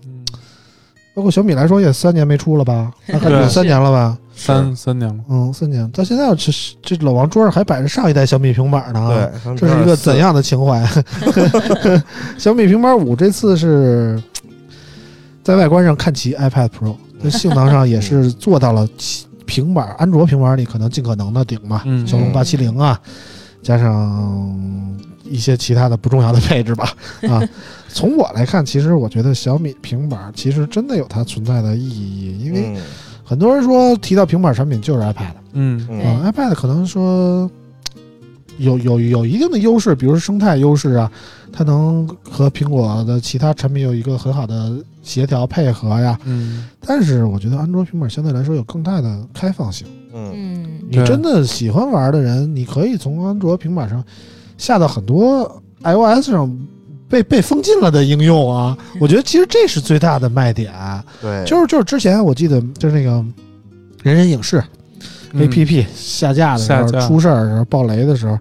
包括小米来说也三年没出了吧？那看有三年了吧？三三年了，嗯，三年到现在这这老王桌上还摆着上一代小米平板儿呢啊。嗯对，这是一个怎？样的情怀？ *laughs* 小米平板五这次是在外观上看齐 iPad Pro，在性能上也是做到了其平板安卓平板里可能尽可能的顶嘛，嗯骁龙八七零啊，加上一些其他的不重要的配置吧。啊，从我来看，其实我觉得小米平板其实真的有它存在的意义，因为嗯，很多人说提到平板产品就是 iPad。嗯嗯对啊、i p a d 可能说有有有一定的优势，比如说生态优势啊，它能和苹果的其他产品有一个很好的协调配合呀。嗯，但是我觉得安卓平板相对来说有更大的开放性，嗯嗯，你对真的喜欢玩的人，你可以从安卓平板上下到很多 iOS 上。被被封禁了的应用啊，嗯我觉得其实这是最大的卖点，对，就是就是之前我记得就是那个人人影视，嗯 APP 下架的时候下架出事儿的时候爆雷的时候，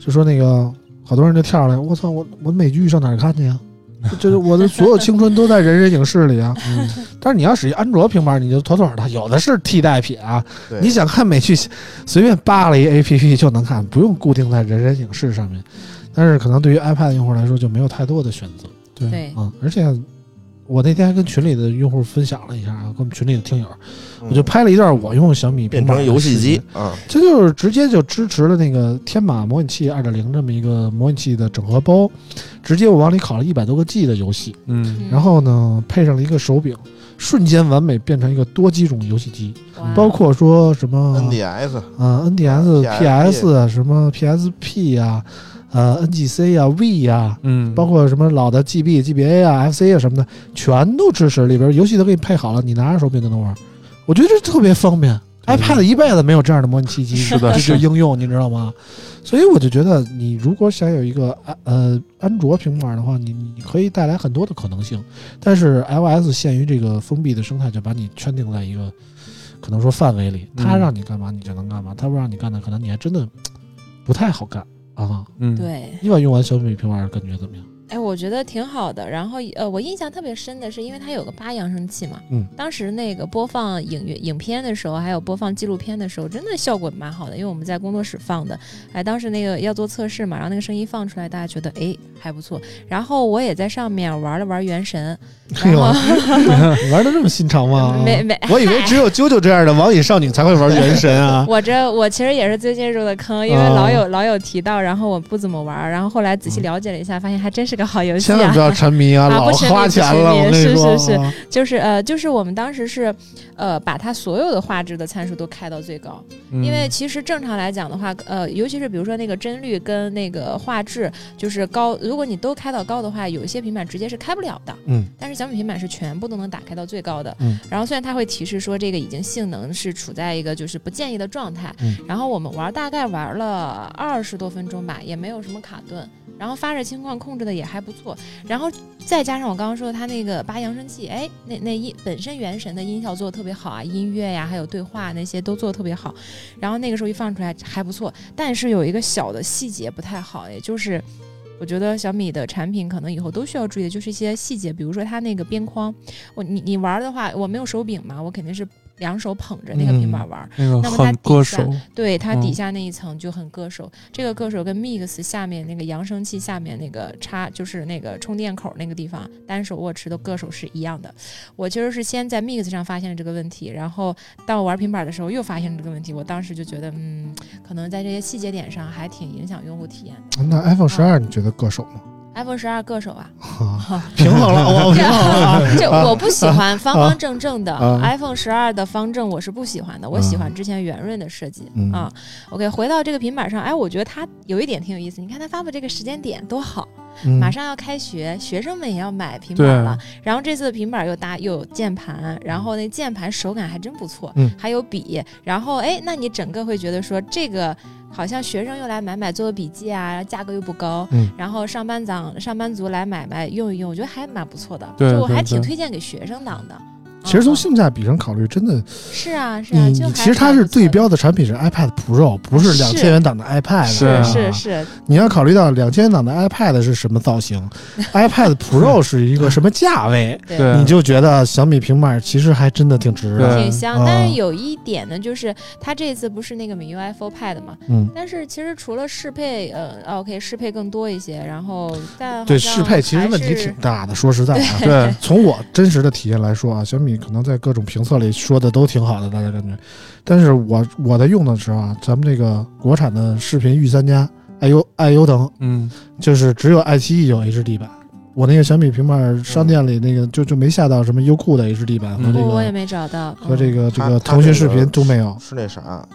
就说那个好多人就跳出来，我操，我我美剧上哪儿看去呀？ *laughs* 就是我的所有青春都在人人影视里啊！嗯但是你要使用安卓平板，你就妥妥的，有的是替代品啊！对你想看美剧， *laughs* 随便扒了一 APP 就能看，不用固定在人人影视上面。但是可能对于 iPad 用户来说，就没有太多的选择。对，啊，而且我那天还跟群里的用户分享了一下啊，跟我们群里的听友，嗯我就拍了一段我用小米变平板成的游戏视频机啊，这就是直接就支持了那个天马模拟器二点零这么一个模拟器的整合包，直接我往里拷了一百多个 G 的游戏，嗯然后呢配上了一个手柄，瞬间完美变成一个多机种游戏机，啊包括说什么 NDS 啊 NDS、 PSP PS 什么 PSP 啊，呃 NGC 啊 V 啊，嗯，包括什么老的 GB、GBA 啊、FC 啊什么的，全都支持，里边游戏都给你配好了，你拿着手柄就能玩。我觉得这特别方便。对 iPad 一辈子没有这样的模拟器机，是的这是是应用，你知道吗？所以我就觉得，你如果想有一个安呃安卓平板的话，你你可以带来很多的可能性。但是 iOS 限于这个封闭的生态，就把你圈定在一个可能说范围里，嗯它让你干嘛你就能干嘛，它不让你干的，可能你还真的嘖不太好干啊。嗯对，你把用完小米平板感觉怎么样？哎，我觉得挺好的。然后呃，我印象特别深的是，因为它有个八扬声器嘛，嗯，当时那个播放影乐影片的时候，还有播放纪录片的时候，真的效果蛮好的，因为我们在工作室放的。哎，当时那个要做测试嘛，然后那个声音放出来，大家觉得哎还不错。然后我也在上面玩了玩《*laughs* 原神》，哎然呦后玩的这么新潮吗？ *laughs* 没没。 *laughs* 我以为只有啾啾这样的网瘾少女才会玩原神啊。 *laughs* 我这我其实也是最近入的坑，因为哦老有、老有提到，然后我不怎么玩儿，然后后来仔细嗯了解了一下，发现还真是个好游戏千万啊不！要沉迷啊，啊老不沉迷花钱了，不我沉迷跟你说。是是就是呃，就是我们当时是，呃，把它所有的画质的参数都开到最高，嗯因为其实正常来讲的话，呃，尤其是比如说那个帧率跟那个画质，就是高，如果你都开到高的话，有一些平板直接是开不了的。嗯。但是小米平板是全部都能打开到最高的。嗯。然后虽然它会提示说这个已经性能是处在一个就是不建议的状态，嗯然后我们玩大概玩了二十多分钟吧，也没有什么卡顿。然后发热情况控制的也还不错，然后再加上我刚刚说的它那个拔扬声器，哎，那那音本身原神的音效做的特别好啊，音乐呀、还有对话那些都做的特别好，然后那个时候一放出来还不错，但是有一个小的细节不太好，也就是我觉得小米的产品可能以后都需要注意的就是一些细节，比如说它那个边框，我你你玩的话，我没有手柄嘛，我肯定是两手捧着那个平板玩，那个那么它很底硌下手，对，它嗯底下那一层就很硌手。这个硌手跟 Mix 下面那个扬声器下面那个插，就是那个充电口那个地方，单手握持的硌手是一样的。我其实是先在 Mix 上发现了这个问题，然后到我玩平板的时候又发现了这个问题。我当时就觉得，嗯，可能在这些细节点上还挺影响用户体验的。嗯那 iPhone 十二你觉得硌手吗？ iPhone 十二硌手啊，啊， *laughs* 平衡 *laughs* 了，我这平衡了。这我不喜欢方方正正的、哦啊 iPhone 十二的方正，我是不喜欢的。我喜欢之前圆润的设计、嗯啊。OK，回到这个平板上，哎，我觉得它有一点挺有意思。你看它发布这个时间点多好，嗯马上要开学，学生们也要买平板对了。然后这次的平板又搭又有键盘，然后那键盘手感还真不错，嗯还有笔。然后哎，那你整个会觉得说这个好像学生用来买买做做笔记啊，价格又不高。嗯然后上班党上班族来买买用一用，我觉得还蛮不错的，对就我还对挺对推荐给学生党的。其实嗯从嗯性价比上考虑，真的，是啊是啊，你就你还其实它蛮是不错对的。标的产品是 iPad Pro，不是是两千元档的 iPad。是啊是是，你要考虑到两千元档的 iPad 是什么造 *laughs* 型，iPad Pro 是一个什么价 *laughs* 位，对对，你就觉得小米平板其实还真的挺值的。对挺香。嗯但是有一点呢，就是它这次不是那个米 U F O Pad 嘛，嗯，但是其实除了适配，呃啊，OK，适配更多一些，然后但好对，像适配其实还问题是挺大的。说实在啊，对从我真实的体验来说啊，小米可能在各种评测里说的都挺好的，大家感觉。但是我我在用的时候啊，咱们这个国产的视频御三家，爱优爱优腾，嗯，就是只有爱奇艺有 HD 版。我那个小米平板商店里那个就就没下到什么优酷的 HD 版和嗯这哦不，我也个没找到和这。嗯个这它个它腾讯这视个频都没有。是那啥，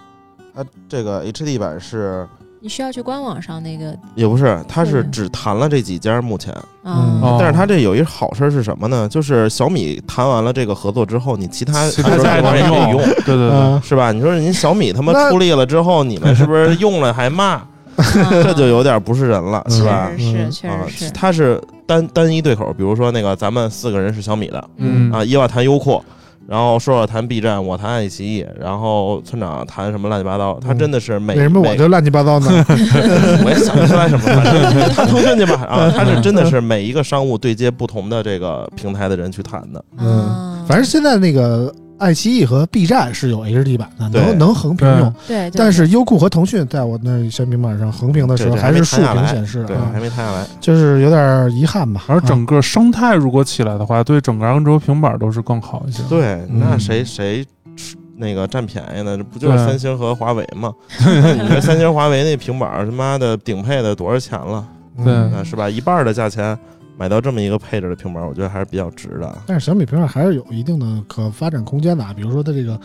它这个 HD 版是嗯你需要去官网上那个，也不是，它是嗯只谈了这几家目前，嗯啊哦但是它这有一好事儿是什么呢？就是小米谈完了这个合作之后，你其他其安他卓家平板也可以用，用。对对对，嗯，是吧？你说您小米他那妈出力了之后，你们是不是用了还骂？ *laughs* 这就有点不是人了，嗯是吧啊确？实是，嗯嗯确啊实是，，它是单单一对口，比如说那个咱们四个人是小米的嗯啊，伊娃谈优酷，然后硕硕谈 B 站，我谈爱奇艺，然后村长谈什么乱七八糟，他真的是每嗯为什么我每就乱七八糟呢？ *laughs* *laughs* 我也想不出来什么，反正他腾讯去吧啊，他是嗯真的是每一个商务对接不同的这个平台的人去谈的，嗯啊反正现在那个爱奇艺和 B 站是有 HD 版的，对能能横屏对用。对，对但是优酷和腾讯在我那小米平板上横屏的时候对对还是竖还没屏看下来显示对，啊还，没谈下来。就是有点遗憾吧。而啊整个生态如果起来的话，对整个安卓平板都是更好一些。对，嗯那谁谁吃那个占便宜呢？这不就是对三星和华为吗？你 *laughs* 说三星、华为那平板儿，他妈的顶配的多少钱了？对嗯那是吧？一半儿的价钱买到这么一个配置的平板儿，我觉得还是比较值的啊。但是小米平板还是有一定的可发展空间的啊，比如说它这个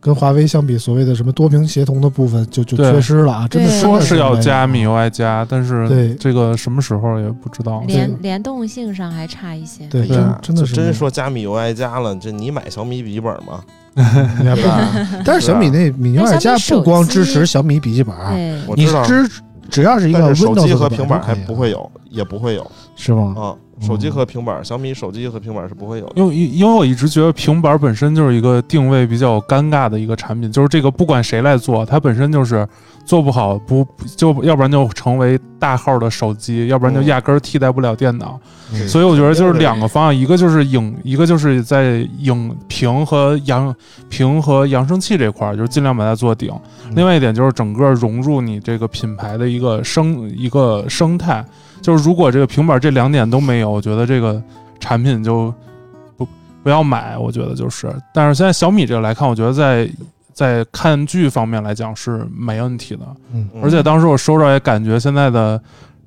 跟华为相比，所谓的什么多屏协同的部分就就对缺失了啊，真的对说是是要加没有 MIUI 加，但是对这个什么时候也不知道。联联动性上还差一些。对，哎呀真真的就是没有真说加米 UI 加了，这你买小米笔记本吗？也不对吧？ *laughs* 但是小米那米 UI 加不光支持小米笔记本啊，对，我你知道。支只要是一个但是手 Windows 机的和版平板儿都可还以啊嗯不会有，也不会有是吗？啊。手机和平板儿，小米手机和平板儿是不会有的。因为因为我一直觉得平板本身就是一个定位比较尴尬的一个产品，就是这个不管谁来做，它本身就是做不好，不就要不然就成为大号的手机，要不然就嗯压根儿替代不了电脑。嗯所以我觉得就是对两个方向，一个就是影，一个就是在影屏和扬屏和扬声器这块儿，就是尽量把它做顶。另外一点就是整个融入你这个品牌的一个生一个生态，就是如果这个平板这两点都没有，我觉得这个产品就不不要买，我觉得就是。但是现在小米这个来看，我觉得在在看剧方面来讲是没问题的，嗯嗯而且当时我收着也感觉现在的。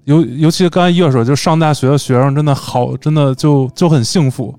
尤尤其刚才一个手，就上大学的学生真的好，真的就就很幸福。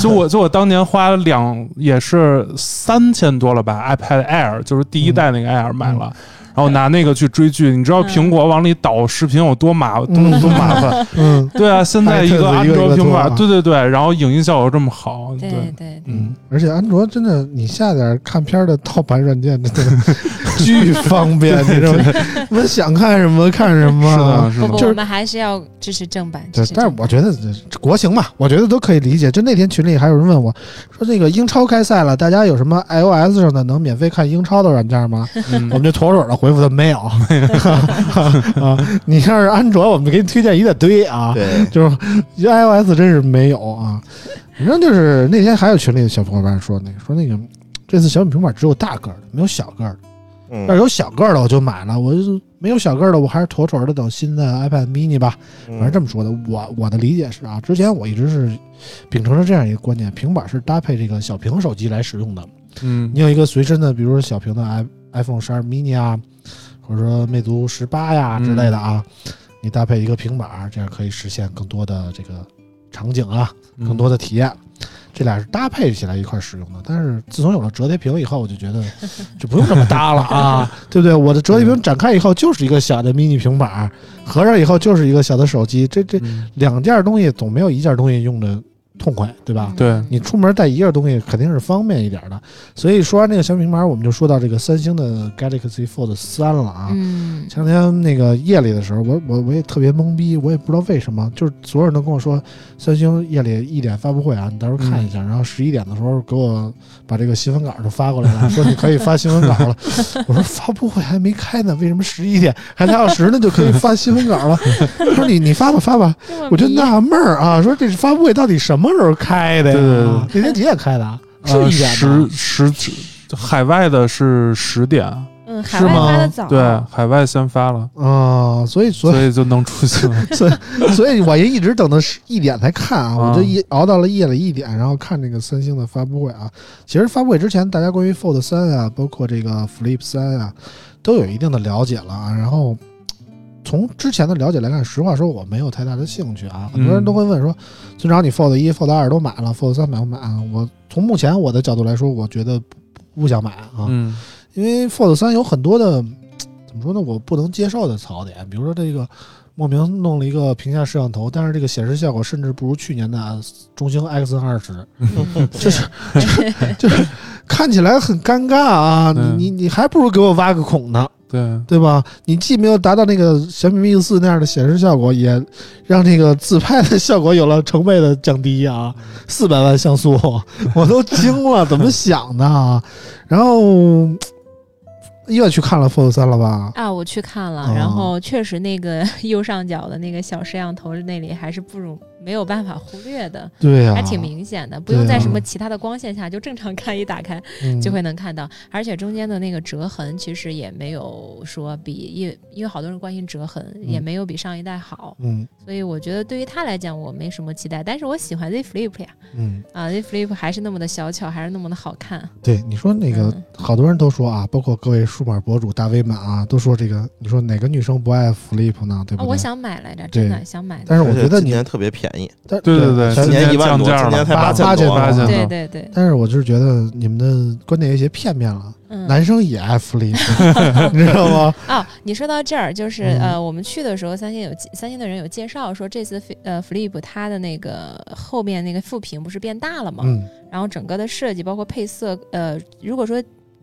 就我就我当年花两也是三千多了吧，iPad Air 就是第一代那个 Air 买了，然后拿那个去追剧。你知道嗯苹果往里导视频有多麻多嗯多麻 *laughs* 烦？嗯，对啊，现在一个还安特意一个一卓个平做啊板，对对对，然后影音效果这么好，对，对对，嗯，而且安卓真的，你下点看片儿的盗版软件，真的巨方便，你知道吗？我想看什么看什是么啊的，。是不的不，，就是我们还是要支持正版。对支持，但正是版我觉得这国情嘛，我觉得都可以理解。就那天群里还有人问我，说那个英超开赛了，大家有什么 iOS 上的能免费看英超的软件吗？我嗯们就妥妥的回复他 *laughs* 没有。啊，你要是安卓，我们给你推荐一大堆啊。对，就是 iOS 真是没有啊。反正就是那天还有群里的小伙伴说那个说那个这次小米平板只有大个儿的，没有小个儿的。嗯要是有小个儿的我就买了，我就没有小个儿的我还是妥妥的等新的 iPad mini 吧。嗯反正这么说的，我我的理解是啊，之前我一直是秉承着这样一个观念，平板是搭配这个小屏手机来使用的。嗯你有一个随身的，比如说小屏的 i iPhone 十二 mini 啊，或者说魅族十八呀之类的啊，你搭配一个平板儿，这样可以实现更多的这个场景啊， *laughs* 嗯更多的体验。这俩是搭配起来一块儿使用的，但是自从有了折叠屏以后，我就觉得就不用这么搭了啊，对不对？我的折叠屏展开以后就是一个小的 mini 平板儿，合上以后就是一个小的手机，这这嗯两件东西总没有一件东西用的痛快，对吧？嗯对你出门带一样东西肯定是方便一点的。所以说完这个小米平板，我们就说到这个三星的 Galaxy Fold 三了啊。嗯，前两天那个夜里的时候，我我我也特别懵逼，我也不知道为什么，就是所有人都跟我说，三星夜里一点发布会啊，你到时候看一下。然后十一点的时候给我把这个新闻稿就发过来了，说你可以发新闻稿 *laughs* 了。我说发布会还没开呢，为什么十一点还俩小时呢就可以发新闻稿了？他说你你发吧发吧，这么我就迷纳闷儿啊，说这发布会到底什么时候开的呀？对对对那天几点开的啊？是呃一点吗十十海外的是十点，嗯，海外发的早，啊对，海外先发了，啊，所以所所以就能出现 *laughs* 了。以所以所以我也一直等到十一点才看啊，啊我就一熬到了夜里一点，然后看这个三星的发布会啊。其实发布会之前，大家关于 Fold 三啊，包括这个 Flip 三啊，都有一定的了解了啊。然后从之前的了解来看，实话说我没有太大的兴趣啊。很多人都会问说，村长你 Fold 一、Fold 二都买了，Fold 三买不买啊？我从目前我的角度来说，我觉得不不想买啊。嗯因为 Fold 三有很多的怎么说呢，我不能接受的槽点，比如说这个莫名弄了一个屏下摄像头，但是这个显示效果甚至不如去年的中兴 X 二十，嗯， *laughs* 就是就是看起来很尴尬啊！嗯你你你还不如给我挖个孔呢，对，对吧？你既没有达到那个小米 Mix 四那样的显示效果，也让这个自拍的效果有了成倍的降低啊！四百万像素， *laughs* 我都惊了，怎么想的啊？然后又去看了 Fold 三了吧？啊，我去看了，哦然后确实那个 *laughs* 右上角的那个小摄像头那里还是不容没有办法忽略的，对呀、还挺明显的，不啊对用在啊什么其他的光线下，就正常看一打开嗯就会能看到，而且中间的那个折痕其实也没有说比因因为好多人关心折痕，也嗯没有比上一代好，嗯所以我觉得对于它来讲我没什么期待，但是我喜欢 Z Flip 呀，嗯，啊，Z Flip 还是那么的小巧，还是那么的好看，对，你说那个、嗯好多人都说啊，包括各位数码博主大 V 们啊，都说这个，你说哪个女生不爱 Flip 呢？对不啊，对？我想买来着，真对的想买的，但是我觉得今你年，特别便宜，但对对对但今今年年一万降多，价今了年才八千千多，啊八千对对对，但是我就是觉得你们的观点有些片面了，嗯，男生也爱 Flip，你知道吗？哦，你说到这儿，就是、嗯呃，我们去的时候，三星有三星的人有介绍说，这次 Fi- 呃 Flip 它的那个后面那个副屏不是变大了吗？嗯然后整个的设计包括配色，呃，如果说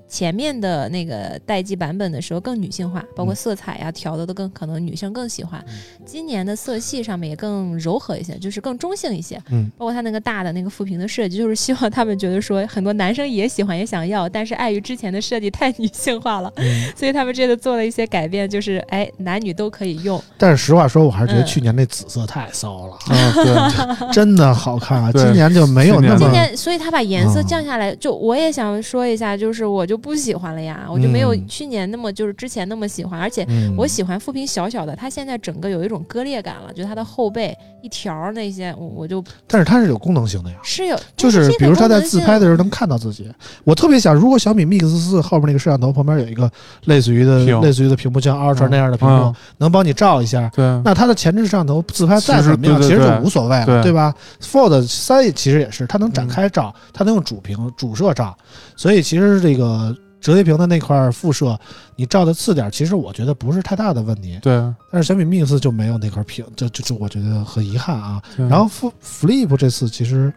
前面的那个待机版本的时候更女性化，包括嗯色彩呀、调的都更可能女生更喜欢嗯。今年的色系上面也更柔和一些，就是更中性一些。嗯，包括它那个大的那个副屏的设计，就是希望他们觉得说很多男生也喜欢也想要，但是碍于之前的设计太女性化了，嗯所以他们这次做了一些改变，就是哎，男女都可以用。但是实话说，我还是觉得嗯去年那紫色太骚了，嗯对，真的好看啊！对今年就没嗯有那今今么天，所以他把颜色嗯降下来，就我也想说一下，就是我就不喜欢了呀，我就没有嗯去年那么就是之前那么喜欢，而且嗯我喜欢富平小小的，它现在整个有一种割裂感了，就它的后背一条儿那些，我我就但是它是有功能性的呀。是有，就是比如他在自拍的时候，候能看到自己，我特别想，如果小米 Mix 四后面那个摄像头旁边有一个类似于的屏类似于的屏幕，像 Ultra 嗯那样的屏幕嗯，能帮你照一下，对，那它的前置摄像头自拍再怎么样，其其实实对对就无所谓了，对嗯对吧？Fold 三其实也是，它能展开照，它能用主屏主摄照，所以其实这个。折叠屏的那块辐射，你照的次点，其实我觉得不是太大的问题。对，但是小米 Mix 就没有那块屏，这这这我觉得很遗憾啊。对然后 F- Flip 这次其实，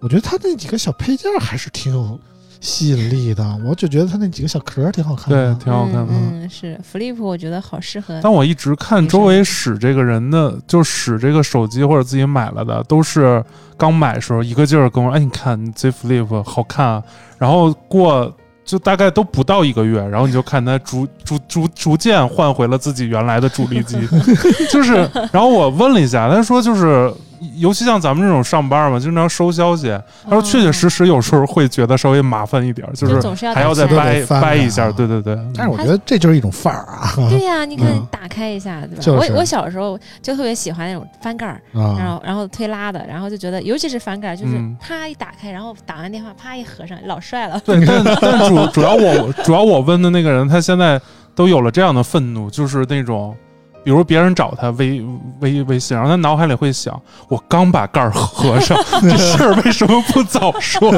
我觉得它那几个小配件还是挺有吸引力的，我就觉得它那几个小壳儿挺好看对的。挺好看的。嗯，嗯是 Flip，我觉得好适合。但我一直看周围使这个人的，就使这个手机或者自己买了的，都是刚买的时候一个劲儿跟我说：“哎，你看 Z Flip 好看啊。”然后过就大概都不到一个月，然后你就看它逐 *laughs* 逐逐逐渐换回了自己原来的主力机，就是。然后我问了一下，他说就是。尤其像咱们这种上班嘛，经常收消息。他说嗯确确实实有时候会觉得稍微麻烦一点儿，就就是总是要还要再打开掰掰得翻掰着一下。啊对对对，但是我觉得这就是一种范儿啊对呀、你看嗯打开一下，对吧？就是我我小时候就特别喜欢那种翻盖儿，然啊！后然后推拉的，然后就觉得，尤其是翻盖儿，就是嗯啪一打开，然后打完电话啪一合上，老帅了。 *laughs* 对，但但主主要我主要我问的那个人，他现在都有了这样的愤怒，就是那种，比如别人找他微微微信，然后他脑海里会想，我刚把盖儿合上，这事儿为什么不早说？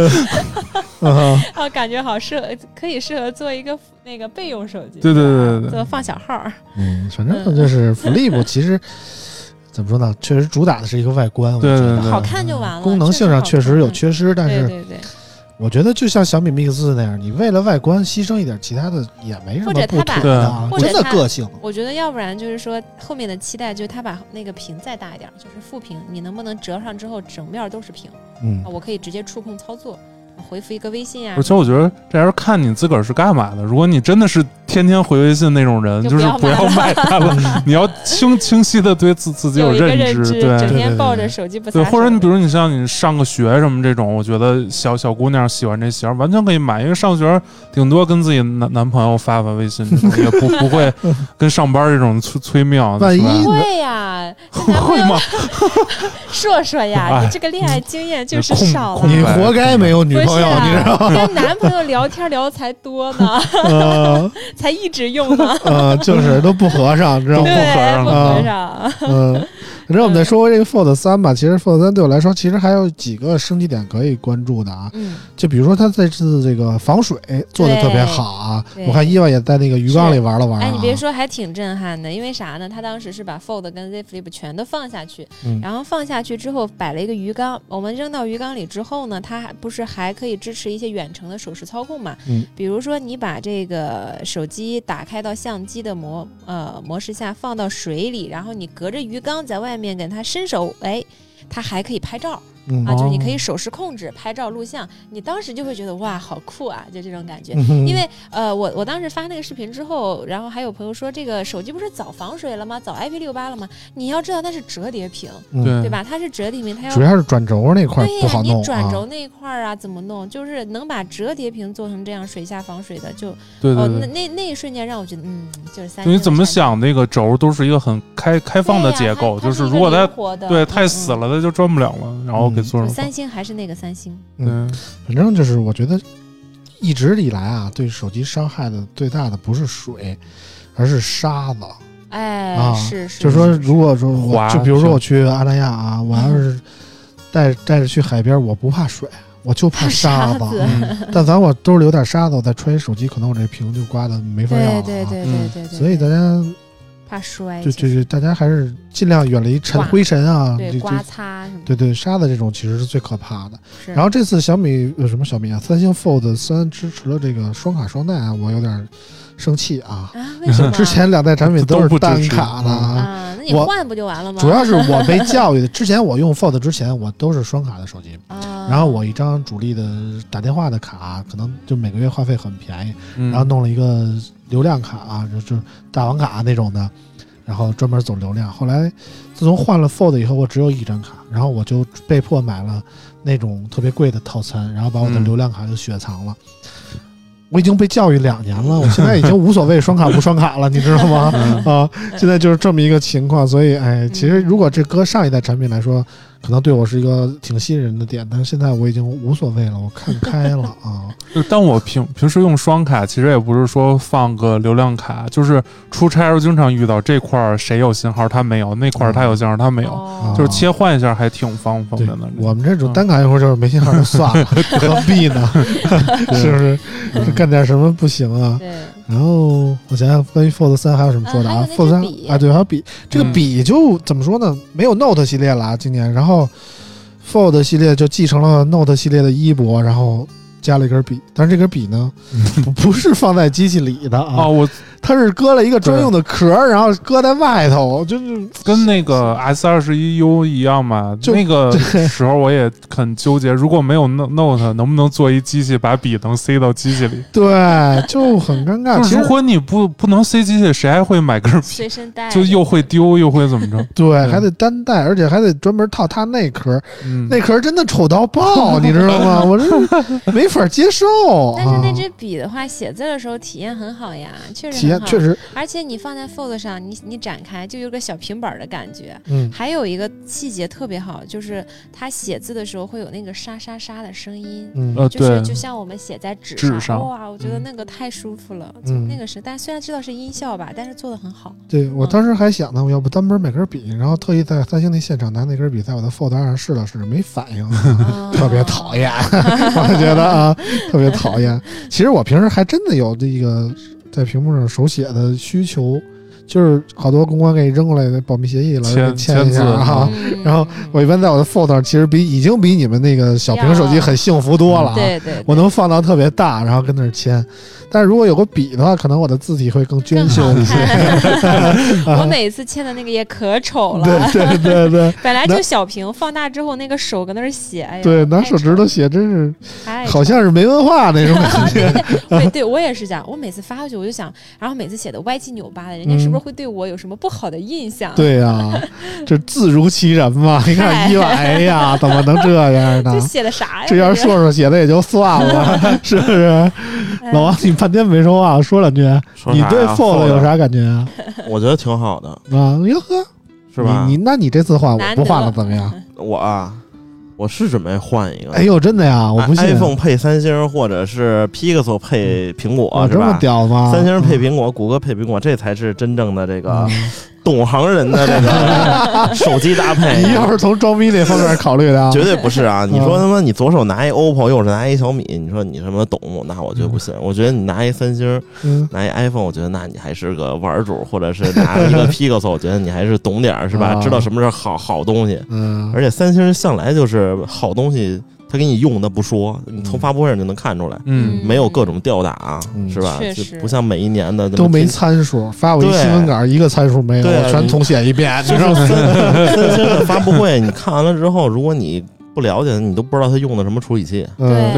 嗯啊，感觉好适合，可以适合做一个那个备用手机。对对对啊对对做放小号儿。 *laughs* 嗯，反正就是 Flip 其实怎么说呢，确实主打的是一个外观，我觉对对得对好 *laughs* 看就完了功能性上确实有缺失，但嗯对是对对，我觉得就像小米 Mix 4那样，你为了外观牺牲一点其他的也没什么或者它不妥把的啊，或者真的它个性。我觉得要不然就是说后面的期待就是他把那个屏再大一点儿，就是副屏，你能不能折上之后整面儿都是屏嗯啊？，我可以直接触控操作，回复一个微信啊而。且我觉得这还是看你自个儿是干嘛的。如果你真的是天天回微信那种人，就就是不不要要买它了， *laughs* 你要清清晰的对自自己有一个认认知，整对。天抱着手机不对，撒或者你手比如你像你上个学什么这种，我觉得小小姑娘喜欢这型儿，完全可以买。因为上学顶多跟自己男男朋友发发微信这种，也不不 *laughs* 会跟上班这种催催命。万一是吧呢会呀，你男朋会友哦吗？说说 *laughs* 呀，哎你这个恋爱经验就是控少了控。你活该没嗯有女不朋是友，啊你知道吗？跟男朋友聊天聊才多呢， *laughs* 呃才一直用 *laughs* 呢，呃，就是都不合上，知道吗？对，上不合上。 *laughs* 嗯，然后我们再说回这个 Fold 三吧。其实 Fold 三对我来说，其实还有几个升级点可以关注的啊。嗯，就比如说它这次这个防水做的特别好啊对，对我看伊娃也在那个鱼缸里玩了玩、啊。哎，你别说，还挺震撼的，因为啥呢？他当时是把 Fold 跟 Z Flip 全都放下去，嗯然后放下去之后摆了一个鱼缸，我们扔到鱼缸里之后呢，它还不是还可以支持一些远程的手势操控嘛？嗯，比如说你把这个手机打开到相机的模呃模式下放到水里，然后你隔着鱼缸在外面给它伸手，哎，它还可以拍照。嗯啊，就是你哦可以手势控制拍照录像，你当时就会觉得哇，好酷啊，就这种感觉。嗯哼因为呃，我我当时发那个视频之后，然后还有朋友说，这个手机不是早防水了吗？早 IP 六八了吗？你要知道它是折叠屏，对对？吧？它是折叠屏，它要嗯主要是转轴那块儿对不呀、好弄你转啊轴。那一块儿啊，怎么弄？就是能把折叠屏做成这样水下防水的，就对对哦，对。那那那一瞬间让我觉得，嗯，就是三星你的怎么产品想，那个轴都是一个很开开放的对结呀构，它就它是如果它它对太死，了，它就转不了了，然后给做成嗯嗯嗯就。三星还是那个三星，对反正就是我觉得一直以来啊，对手机伤害的最大的不是水，而是沙子。哎，啊是是，就是说，是如果说我滑就比如是说吧我去阿那亚啊，我要是带带着去海边，我不怕水，我就怕沙 *laughs* 怕沙子子。嗯但凡我兜里有点沙子，我再揣一手机，可能我这屏就刮的没法要了、对啊。对对对嗯对对，所以大家怕摔，就其就实就大家还是尽量远离尘刮灰尘啊，对就就刮擦什么的。对对沙子这种其实是最可怕的。是然后这次小米呃什么小米啊，三星 Fold 三支持了这个双卡双待啊，我有点生气啊。啊，为什么？之前两代产品都是不支单持卡的啊，啊，那你我换不就完了吗？主要是我被教育的。之前我用 Fold 之前，我都是双卡的手机，啊， *laughs* 然后我一张主力的打电话的卡，可嗯能就每个月话费很便宜，嗯然后弄了一个流量卡、啊，就就大王卡啊那种的，然后专门走流量。后来自从换了 Fold 以后，我只有一张卡，然后我就被迫买了那种特别贵的套餐，然后把我的嗯流量卡就雪藏了。我已经被教育两年了，我现在已经无所谓双卡不双卡了，你知道嗯嗯嗯吗？啊，现在就是这么一个情况，所以哎，其实如果这搁上一代产品来说，可能对我是一个挺吸引人的点，但是现在我已经无所谓了，我看开了啊。就但我平平时用双卡，其实也不是说放个流量卡，就是出差时候经常遇到这块儿谁有信号他没有，那块儿他有信号他没有，啊哦就是切换一下还挺方便对的呢。，我们这种单卡用户就是没信号就 *laughs* 算了，何必呢？ *laughs* 是不是？嗯干点什么不行啊？对，然后我想想，关于 Fold 三还有什么说的啊啊还有那支？Fold 三笔啊，对，还有笔，这个嗯笔就怎么说呢？没有 Note 系列了啊，今年，然后 Fold 系列就继承了 Note 系列的衣钵，然后加了一根笔，但是这根笔 *laughs* 呢，不不是放在机器里的哦，啊，我它是搁了一个专用的壳儿，然后搁在外头，就是跟那个 S 二十一 U 一样嘛，就那个时候我也很纠结，如果没有 No- Note，能不能做一机器把笔能塞到机器里？对，就很尴尬。就其是实如果你不不能塞机器，谁还会买根笔？随身带就又会丢又会怎么着？对，嗯还得单带，而且还得专门套它内壳儿，嗯，那壳儿真的丑到 *laughs* 爆，你知道吗？我这没法接受。但是那啊支笔的话，写字的时候体验很好呀，确实体很好验确，实，而且你放在 Fold 上，你你展开就有个小平板儿的感觉。嗯，还有一个细节特别好，就是他写字的时候会有那个沙沙沙的声音，嗯呃，就是对，就像我们写在纸纸上哇，我觉得嗯那个太舒服了，嗯就那个是，但虽然知道是音效吧，但是做的很 *laughs* 好。对我当时还想呢，我要不单门买根笔，然后特意在三星那现场拿那根笔在我的 Fold 二上试了试，没反应，嗯特别讨厌， *laughs* 我觉得啊，特别讨厌。其实我平时还真的有这个在屏幕上手写的需求，就是好多公关给你扔过来的保密协议了，签给签签一字下啊。嗯然后我一般在我的 Fold 上，其实比已经比你们那个小屏手机很幸福多了啊。对对，我能放到特别大，然后跟那儿签。但是如果有个笔的话，可能我的字体会更娟更秀好一些。 *laughs* 啊看。我每次签的那个也可丑了，对 *laughs* 对对本来那就小屏，放大之后那个手搁那儿写，哎呀，对，拿太手指丑头写，真是了太丑好像是没文化那种感觉。 *laughs* 对对，我也是这样。我每次发过去，我就想，然后每次写的歪七扭八的，人家是不是会对我有什么不好的印象？，嗯对呀、这字如其人嘛。你看嗨伊娃，哎呀，怎么能这 *laughs* 样呢这？写的啥呀？啊这要是硕硕写的也就算了， *laughs* 是不是？哎老王，你半天没说话，说两句。说你啥对呀 Fold 有？啥感觉 *laughs* 啊？ *laughs* 我觉得挺好的，啊，哟呵，是吧？你你那你这次换我难不得嗯换了怎么样？我啊，我是准备换一个。哎呦，真的呀，我不信。 iPhone 配三星，或者是 Pixel 配苹果，是我哦啊这么吧？屌嗯吗？三星配苹果，谷歌配苹果，这才是真正的这嗯个懂行人的这 *laughs* 个手机搭配。你要是从装逼那方面考虑的啊，绝对不是啊！你说嗯他妈你左手拿一 OPPO，右手拿一小米，你说你什么懂？那我觉得不信。我觉得你拿一三星，嗯，拿一 iPhone，我觉得那你还是个玩主，或者是拿一 *laughs* 个 Pixel，我觉得你还是懂点儿，是吧？啊知道什么是好好东西。嗯，而且三星向来就是好东西，他给你用的不说，你从发布会上就能看出来，嗯，没有各种吊打啊，嗯是吧？确就实不像每一年的那么都没天参数，发我一对新闻稿，一个参数没有，对啊我全重写一遍，你 *laughs* 就知道是 *laughs* 吗？三三星的发布会，你看完了之后，如果你不了解，你都不知道他用的什么处理器对嗯，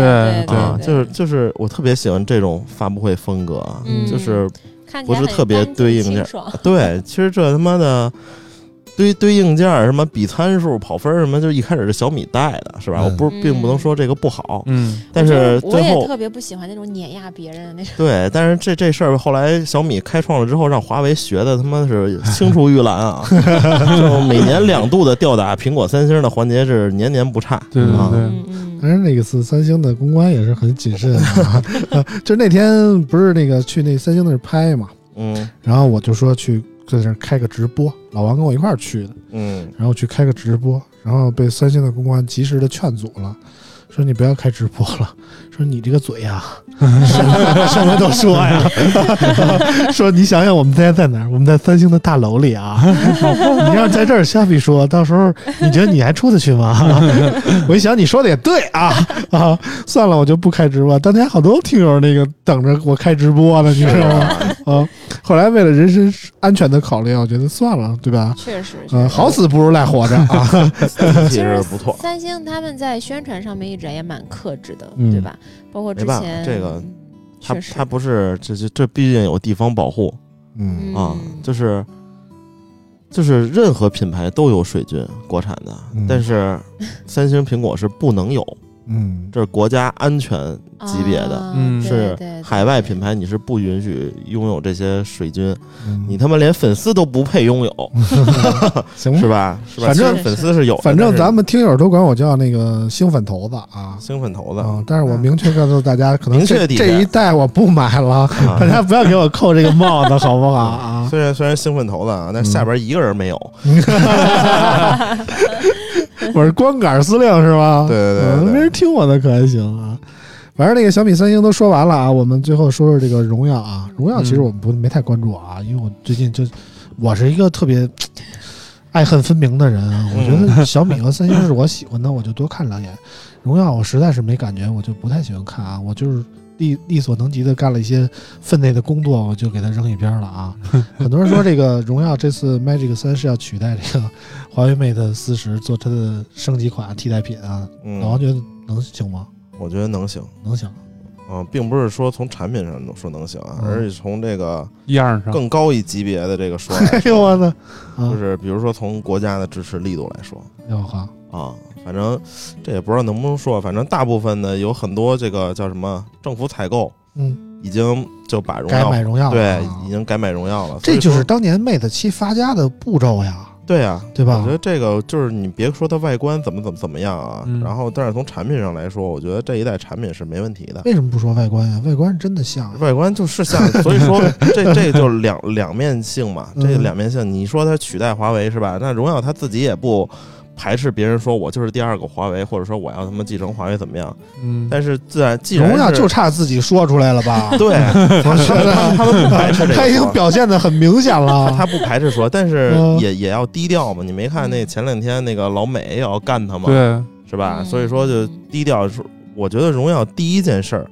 对啊对，，就是就是，我特别喜欢这种发布会风格啊，嗯就是看起不来是很特别干净对应清着爽对，其实这他妈的。堆堆硬件儿什么比参数、跑分儿什么，就一开始是小米带的，是吧？嗯我不是并不能说这个不好，嗯，但是我最也后特别不喜欢那种碾压别人的那种。对，但是这这事儿后来小米开创了之后，让华为学的他妈是青出于蓝啊！就每年两度的吊打苹果、三星的环节是年年不差。对对啊对，嗯嗯但是那个次三星的公关也是很谨 *laughs* 慎啊， *laughs* 啊就那天不是那个去那三星那儿拍嘛，嗯然后我就说去在那儿开个直播，老王跟我一块儿去的，嗯，然后去开个直播，然后被三星的公关及时的劝阻了。说你不要开直播了， *laughs* 说你这个嘴啊呀、什么什么都说呀， *laughs* 说你想想我们现在在哪儿？我们在三星的大楼里啊，你要是在这儿瞎比说，到时候你觉得你还出得去吗？ *laughs* 我一想你说的也对啊啊，算了，我就不开直播。当天好多听友那个等着我开直播呢，你知道吗？啊，后来为了人身安全的考虑，我觉得算了，对吧？确实，呃嗯、确实好死不如赖 *laughs* 活着啊！其实不错。三星他们在宣传上面一直也蛮克制的，嗯对吧？包括之没办法前这个嗯它确实它不是这这这毕竟有地方保护嗯啊嗯，就是就是任何品牌都有水军国产的嗯，但是三星、苹果是不能有，嗯，这是国家安全级别的，啊嗯对是对对海外品牌你是不允许拥有这些水军，嗯你他妈连粉丝都不配拥有， *laughs* *laughs* 行是吧？吧？是反吧？正虽然粉丝是有的，反正咱们们听友都管我叫那个兴奋头子啊。兴奋头子啊、但嗯是我明确告诉大家，可能明确这地这带一代我不买了，啊大家不要给我扣这个帽子，好不好 *laughs* 啊？虽然虽然兴奋头子啊，但是嗯下边一个人没有。我是光杆司令是吧？对对对对嗯对没人听我的可还行啊。反正那个小米三星都说完了啊，我们 *laughs* 最后说说这个荣耀啊。荣耀其嗯实我们不没太关注啊，因为我最近就我是一个特别爱恨分明的人啊。我嗯觉得小米和三星是我喜欢的，我就多看两眼。荣耀我实在是没感觉，我就不太喜欢看啊。我就是力力所能及的干了一些分内的工作，我就给它扔一边了 *laughs* 啊。很多人说这个荣耀这次 Magic 三是要取代这个华为 Mate 四十做它的升级款替代品啊，老王嗯，觉得能行吗？我觉得能行。能行，嗯，并不是说从产品上说能行啊，嗯而是从这个样上更高一级别的这个说来 *laughs* 哎呦说，我的，就啊，是比如说从国家的支持力度来说要哈，啊，反正这也不知道能不能说，反正大部分呢有很多这个叫什么政府采购嗯，已经就把荣该耀买荣耀了，对啊已经改买荣耀了，所这以就是说当年 Mate 七发家的步骤呀，对啊，对吧我觉得这个就是你别说它外观怎么怎么怎么样啊，嗯然后但是从产品上来说，我觉得这一代产品是没问题的。为什么不说外观呀？外观真的像，外观就是 *laughs* 像，所以说这这就两两面性嘛，这嗯两面性，你说它取代华为是吧？那荣耀它自己也不排斥别人说我就是第二个华为，或者说我要他妈继承华为怎么样？嗯，但是自然既然荣耀是就差自己说出来了吧？*laughs* *laughs* 对，我觉得他们不排斥这 *laughs* 个他已说经表现的很明显他了，他不排斥说，但是嗯也也要低调嘛。你没看那前两天那个老美也要干他啊嘛，对，是吧？嗯所以说就低调。是我觉得荣耀第一件事儿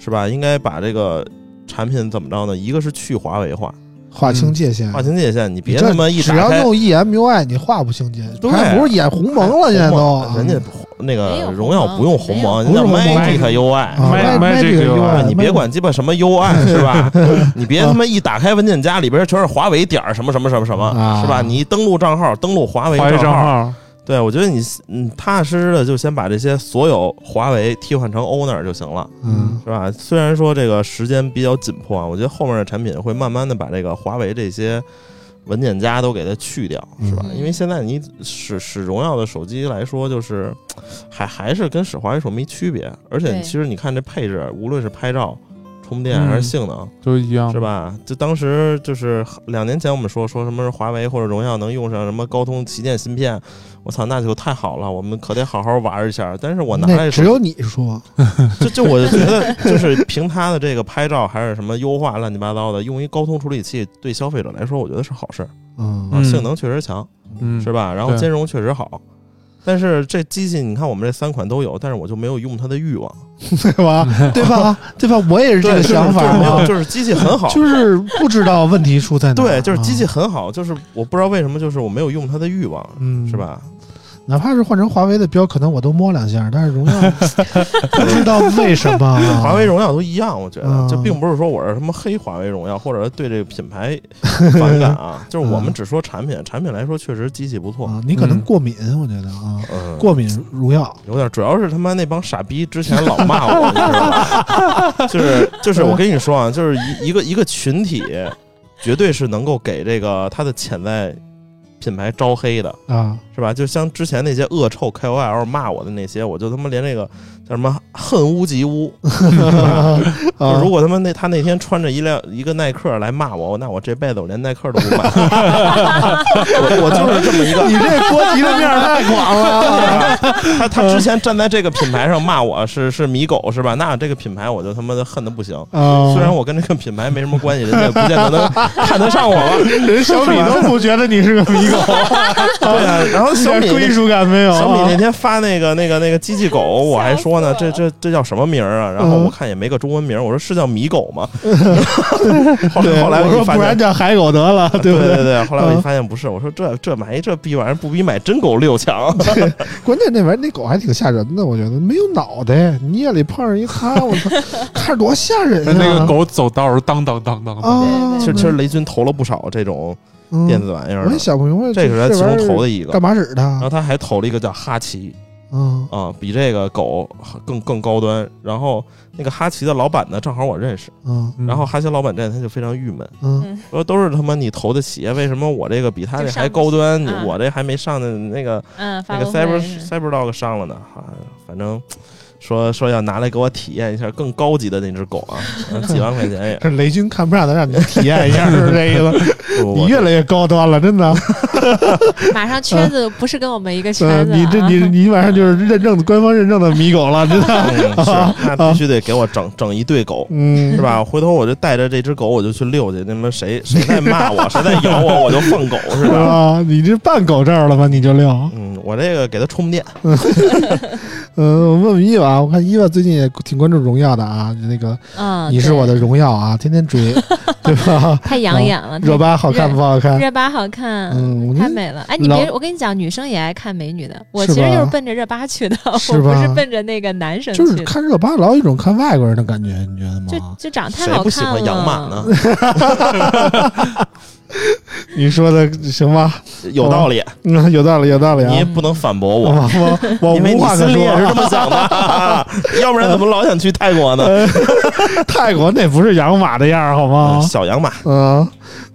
是吧，应该把这个产品怎么着呢？一个是去华为化。划清界限，划清界限，你嗯别啊这他妈一只打要开，用 EMUI，你划不清界，对哎还不是演红蒙了，现在都啊人家那没有鸿个荣耀蒙不用鸿没有蒙，人不家是鸿蒙 Magic 啊 UI 卖 Magic 卖这个 UI， UI，哎你别管鸡巴什 *laughs* 么 UI 是吧？你别他嗯妈一打开文件夹里边全是华为点儿什么什么什么什啊么，是吧？你一登录账号，登录华为华为账号，号，对我觉得你嗯踏踏实实的就先把这些所有华为替换成 Owner 就行了，嗯是吧？虽然说这个时间比较紧迫啊，我觉得后面的产品会慢慢的把这个华为这些文件夹都给它去掉，是吧？嗯因为现在你使使荣耀的手机来说，就是还还是跟使华为手没区别，而且对其实你看这配置，无论是拍照、充电嗯还是性能，都一样，是？吧？就当时就是两年前我们说说什么是华为或者荣耀能用上什么高通旗舰芯片，我操，那就太好了，我们可得好好玩一下。但是我拿那来只有你说，就就我就觉得，就是凭它的这个拍照还是什么优化乱七八糟的，用一高通处理器对消费者来说，我觉得是好事儿嗯 *laughs* 啊，嗯性能确实强，嗯，是吧？然后对兼容确实好。但是这机器，你看我们这三款都有，但是我就没有用它的欲望，对吧？对吧？对吧？我也是这个对就是想法就是没啊有，，就是机器很好，就是不知道问题出在哪儿。对，就是机器啊，很好，就是我不知道为什么，就是我没有用它的欲望，嗯，是？吧？哪怕是换成华为的标，可能我都摸两下，但是荣 *laughs* 耀不知道为什么啊华为、荣耀都一样，我觉嗯得这并不是说我是什么黑华为、荣耀，或者是对这个品牌反 *laughs* 感啊，就是嗯我们只说产品，产品来说确实机器不错，啊，你可能嗯过敏，我觉得啊，嗯，过敏荣耀，有点，主要是他妈那帮傻逼之前老骂我，你知道吗？ *laughs* 就是就是我跟你说啊，就是一一个一个群体，绝对是能够给这个他的潜在品牌招黑的。啊，是吧？就像之前那些恶臭 KOL 骂我的那些，我就他妈连那个叫什么恨屋及乌， *laughs* 就如啊果他妈那他那天穿着一辆一个耐克来骂我，那我这辈子我连耐克都不买。 *laughs* 我我就是这么一个。 *laughs* 你这国籍的面儿太广了。他他之前站在这个品牌上骂我是是米狗是吧？那这个品牌我就他妈的恨的不行。啊虽然我跟这个品牌没什么关系，人家也不见 *laughs* 得能看得上我吧？ *laughs* 人小米都不觉得你是个迷 *laughs* 狗，对啊，然后一小点米归那。属感没有啊。小米那天发那个那个那个机器狗，我还说呢，吓死我这了这这叫什么名儿啊？然后嗯我看也没个中文名儿，我说是叫米狗 *laughs* 吗？后来后来我一说发不现然叫海狗得了，对不对 *laughs* 对，后来我一嗯发现不是，我说这这买这逼玩意儿不比买真狗六嗯强，关键那玩意儿那狗还挺吓人的，我觉得没有脑袋，你夜里碰上一它，我操，看着多吓人啊那呀！那个狗走道儿当当当当哦当，啊，其实其实雷军投了不少这种电子玩意嗯儿我的也，想不明白，这是他其玩中意儿投的一个啊干。嘛使啊然它后他还投了一个叫哈奇，嗯啊、比这个狗更更高端。然后那个哈奇的老板呢，正好我认识，嗯嗯然后哈奇老板这两天就非常郁闷，嗯说都是他妈你投的鞋，为什么我这个比他这就上还不起高端，你啊我这还没上呢？那个 *laughs* 嗯，发那个布会 Cyber 是 CyberDog 上了呢，啊，反正说说要拿来给我体验一下更高级的那只狗啊，嗯几万块钱也这雷军看不上咱，让你体验一下，是不是 *laughs* 这意思？不你越来越高端了，真的。马上圈子不是跟我们一个呃，圈子、啊你这你你晚上就是认证的官方认证的米狗了，真的。 *laughs* 嗯是，那必须得给我整整一对狗。嗯是， *laughs* 吧？回头我就带着这只狗，我就去遛去。你们谁谁在骂 *laughs* 我，谁在咬我，我就放狗，是是吧？吧？啊你这办狗证了吧？你就撂。嗯，我这个给它充电。嗯，我问问伊娃，我看伊娃最近也挺关注荣耀的啊，那个嗯，你是对我的荣耀啊，天天追， *laughs* 对吧？太养眼了，热巴好看不好看？热巴好看，嗯，我觉太得美了。哎，你老别，我跟你讲，女生也爱看美女的。我是其实吧就是奔着热巴去的，我是不吧是奔着那个男生就是去的。看热巴老有一种看外国人的感觉，你觉得就吗？就长太谁好看了。不喜欢养马呢？？ *laughs* 你说的行吧？有道理，嗯，有道理，有道理啊你。也不能反驳我，我我 *laughs* 我因为无你话可心里说也是啊这。 *laughs* 么想的， *laughs* 要不然怎么老想去泰国啊呢？呃泰国那不是养马的样儿，好吗？ *laughs* 小养马，嗯，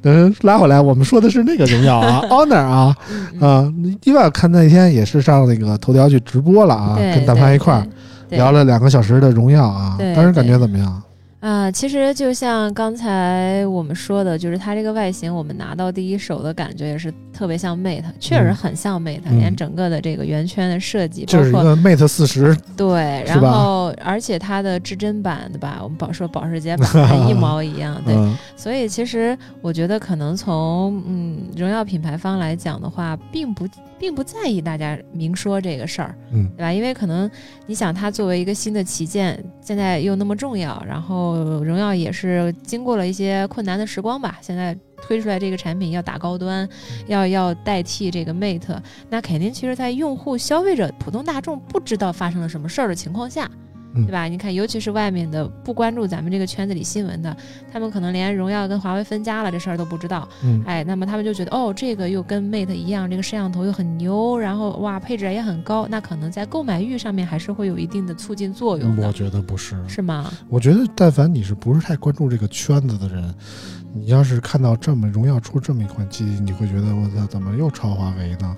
嗯，拉回来，我们说的是那个荣耀啊，Honor 啊，嗯啊，伊万看那天也是上那个头条去直播了啊，对，跟大潘一块儿对对聊了两个小时的荣耀啊，对当时感觉怎么样？啊、其实就像刚才我们说的，就是它这个外形，我们拿到第一手的感觉也是特别像 Mate，确实嗯很像 Mate，、嗯连整个的这个圆圈的设计，就是一包括个 Mate 四十，对，是然吧后而且它的至臻版，对吧？我们保说保时捷版 *laughs* 还一毛一样，对，嗯所以其实我觉得，可能从嗯荣耀品牌方来讲的话，并不并不在意大家明说这个事儿，嗯对吧？因为可能你想，它作为一个新的旗舰，现在又那么重要，然后荣耀也是经过了一些困难的时光吧，现在。推出来这个产品要打高端，嗯要要代替这个 Mate，那肯定其实，在用户、消费者、普通大众不知道发生了什么事儿的情况下，嗯对吧？你看，尤其是外面的不关注咱们这个圈子里新闻的，他们可能连荣耀跟华为分家了这事儿都不知道，嗯哎，那么他们就觉得哦，这个又跟 Mate 一样，这个摄像头又很牛，然后哇，配置也很高，那可能在购买欲上面还是会有一定的促进作用嗯我的，觉得不是，是吗？我觉得但凡你是不是太关注这个圈子的人，你要是看到这么荣耀出这么一款机，你会觉得我操，怎么又抄华为 *laughs* 呢？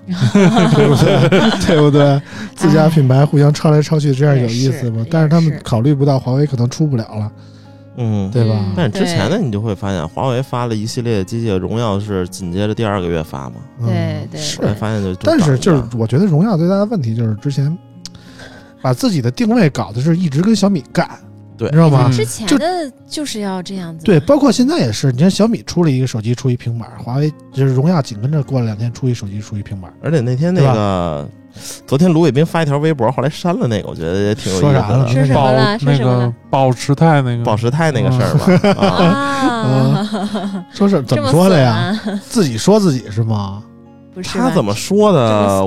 对不对？对不对？自家品牌互相抄来抄去，这样有意思哎也吗是？但是他们也是考虑不到华为可能出不了了，嗯。对吧？嗯但是之前的你就会发现，华为发了一系列的机器，荣耀是紧接着第二个月发嘛，嗯对对是后来发现就但是就涨了是我觉得荣耀最大的问题就是之前把自己的定位搞的是一直跟小米干，对你知道吗？嗯之前的就是要这样子，对，包括现在也是，你看小米出了一个手机，出一平板儿，华为就是荣耀紧跟着过了两天出一手机，出一平板儿，而且那天那个，昨天卢伟斌发一条微博，后来删了那个，我觉得也挺有意思说啥了的。吃什么保了？吃那什么个了？保时泰那个保时泰那个事嗯儿吧，啊，啊，说是呃 *laughs* 怎这么么说的呀？损啊？自己说自己是吗？不 *laughs* 是吧他怎么说的？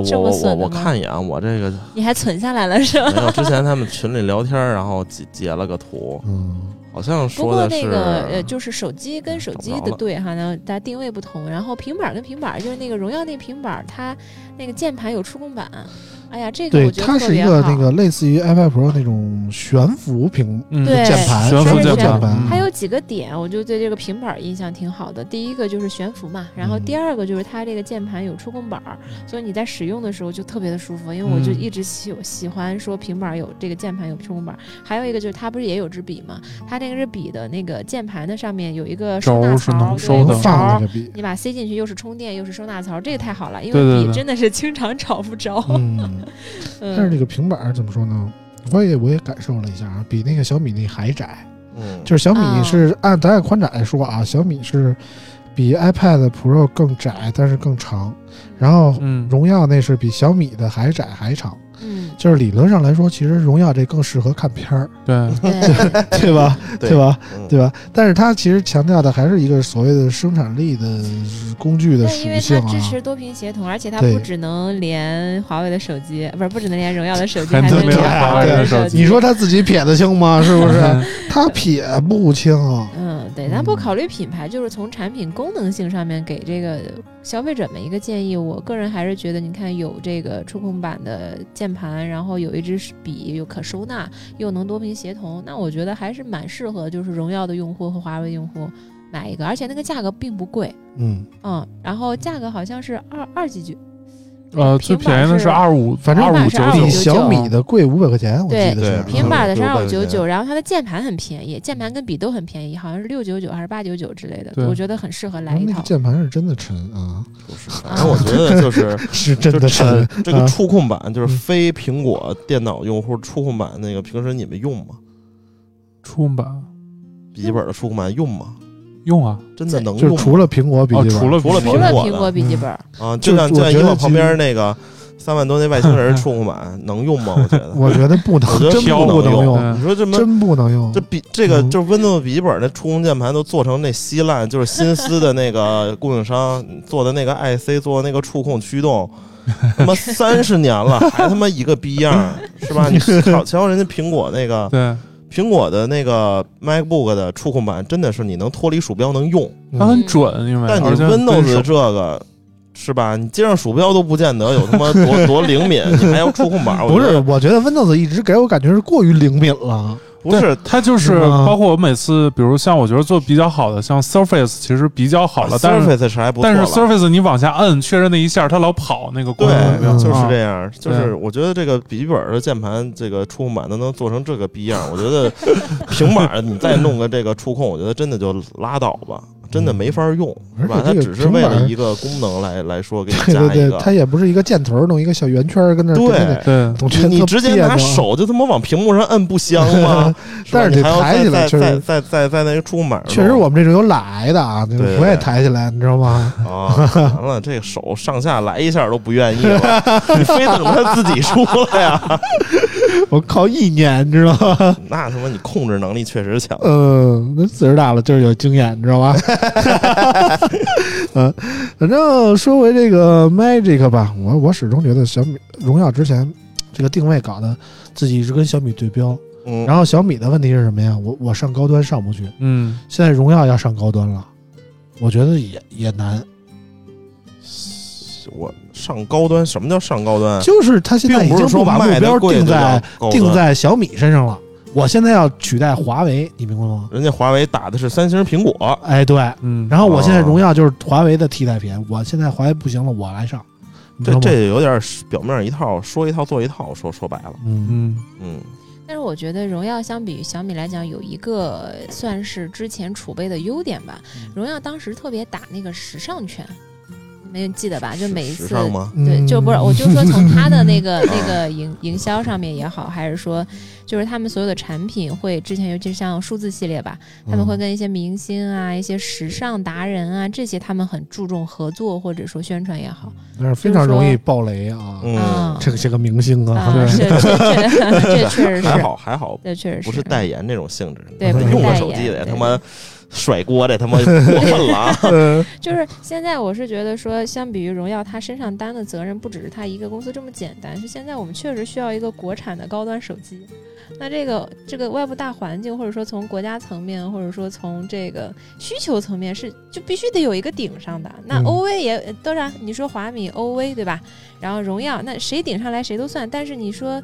这么我我这么损我的吗我看一眼啊，我这个你还存下来了是吧？没有。之前他们群里聊天，然后截截了个图，嗯，好像不说过的那是个呃，就是手机跟手机找不的着了对哈，那它定位不同。然后平板儿跟平板儿，就是那个荣耀那平板儿，它那个键盘有触控板。哎呀，这个对，我觉得它特是一别个好。那个类似于 iPad Pro 那种悬浮屏嗯对键盘，悬浮它是键这样盘，盘嗯还有几个点，我就对这个平板儿印象挺好的。第一个就是悬浮嘛，然后嗯第二个就是它这个键盘有触控板儿，所以你在使用的时候就特别的舒服。因为我就嗯一直喜喜欢说平板儿有这个键盘有触控板儿，还有一个就是它不是也有支笔嘛，它那个支笔的那个键盘的上面有一个收纳轴是槽能儿，收对，的有放槽儿那个笔，你把塞进去，又是充电又是收纳槽，这个太好了，因对对为笔对真的是经常找不着。嗯，但是嗯，这个平板儿怎么说呢？我也我也感受了一下啊，比那个小米那还窄。嗯，就是小米哦是按咱按宽窄来说啊，小米是比 iPad Pro 更窄，但是更长。然后嗯荣耀那是比小米的还窄还长。嗯， *laughs* 就是理论上来说，其实荣耀这更适合看片儿，对嗯 *laughs* 对，对吧？对对吧？嗯对吧？但是它其实强调的还是一个所谓的生产力的工具的但因属为性它啊支。持多屏协同，而且它对不只能连华为的手机，不是不只能连荣耀的手机，还还能能连连华为华为的的嗯手手机机。你说他自己撇得清吗？是不是？他撇不清啊。嗯，对，咱不考虑品牌，就是从产品功能性上面给这个消费者们一个建议。我个人还是觉得，你看有这个触控板的键盘，然后有一支笔，又可收纳，又能多屏协同，那我觉得还是蛮适合就是荣耀的用户和华为用户买一个，而且那个价格并不贵，嗯，嗯，然后价格好像是二二几九，呃，最平板便宜的是是二五，反正二五平九板是比九， 2599小米的贵五百块钱，我记得啊是对平板的是嗯二五九699九，然后它的键盘很便宜，键盘跟笔都很便宜，好像是六九九还是八九九之类对的，我觉得很适合然来后嗯一那套个。键盘是真的沉嗯啊，就是反正我觉得就是是 *laughs* 真的就呃沉。这个啊触控板就是嗯非苹果电脑用户触控板那个，平时你们用吗？触控板笔记本的触控板用吗？用啊，真的能就用是吗？除了苹果笔哦，记本，除了除了笔记除本了苹果的苹果笔记本，啊，就就像我就觉像以得往旁其实边那个三万多那外 *laughs* 星人触控板能用吗？我觉得，我觉得不能我觉，得真挑不能能用，你说这么真不能用这。笔这个嗯就是 Windows 笔记本那触控键盘都做成那稀烂，就是新思的那个供应商做的那个 IC 做的那个触控驱动，他妈三十年了还他妈一个逼样儿，是吧？ *laughs* 你瞧瞧人家苹果那个对，苹果的那个 MacBook 的触控板真的是你能脱离鼠标能用，它很准，因为但你而且很 Windows 手这个是吧？你接上鼠标都不见得有他妈多多灵敏，你还要触控板？我不觉是得，我觉得 Windows 一直给我感觉是过于灵敏了。不对是，它就是是吗包括我每次，比如像我觉得做比较好的，像 Surface 其实比较好啊了，但是 Surface 是还不错但了是 Surface 你往下摁确认那一下，它老跑那个光对有没有，嗯就是这样，就是对我觉得这个笔记本的键盘，这个触控板都能做成这个逼样，我觉得平板你再弄个这个触控，我觉得真的就拉倒吧，真的没法用，是吧？嗯而且它这个只是为平了板一个功能来来说给你对对加一对，它个，也不是一个箭头儿弄一个小圆圈儿跟那儿跟着那对。对总觉得你特你直接别拿扭手就他妈往屏幕上摁 *laughs* 不香吗？吧但是得你还要抬起来再确再实再再再那个触控板上弄，确实，我们这种有懒癌的啊，那对对个我也抬起来，你知道吗？啊，完了，这个手上下来一下都不愿意了，你非等它自己出来呀？我靠，一年，你知道吗？ *laughs* 那他妈你控制能力确实强，啊嗯，那岁数大了就是有经验，你知道 *laughs* 吧？嗯，反正说回这个 Magic 吧，我我始终觉得小米荣耀之前这个定位搞得自己一直跟小米对标，嗯，然后小米的问题是什么呀？我我上高端上不去，嗯，现在荣耀要上高端了，我觉得也也难，我上高端，什么叫上高端？啊就是他现在并已不经是说把目卖的标贵定就叫在高端定在小米身上了，我现在要取代华为，你明白吗？人家华为打的是三星、苹果，哎，对，嗯，然后我现在哦荣耀就是华为的替代品，我现在华为不行了，我来上，你知这道吗？这有点表面一套，说一套做一套，说说白了，嗯，嗯，嗯，但是我觉得荣耀相比于小米来讲，有一个算是之前储备的优点吧。嗯荣耀当时特别打那个时尚圈，你们记得吧？啊就每一时次尚吗？对，嗯就不是，我就说从他的那 *laughs* 个那啊个营营销上面也好，还是说就是他们所有的产品会之前，尤其是像数字系列吧，他们嗯会跟一些明星啊、一些时尚达人啊这些，他们很注重合作或者说宣传也好。但是非常容易爆雷啊，嗯，这些个明星啊，啊对，这这这 *laughs* 这确实还是，好还好，这确实不是代言那种性质，对不是 *laughs* 用过代手言机的对他妈甩锅的他妈过分了啊， *laughs* 就是现在，我是觉得说，相比于荣耀，它身上担的责任不只是它一个公司这么简单。是现在我们确实需要一个国产的高端手机。那这个这个外部大环境，或者说从国家层面，或者说从这个需求层面是，就必须得有一个顶上的。那嗯 OV 也、呃当然，你说华米、OV 对吧？然后荣耀，那谁顶上来谁都算。但是你说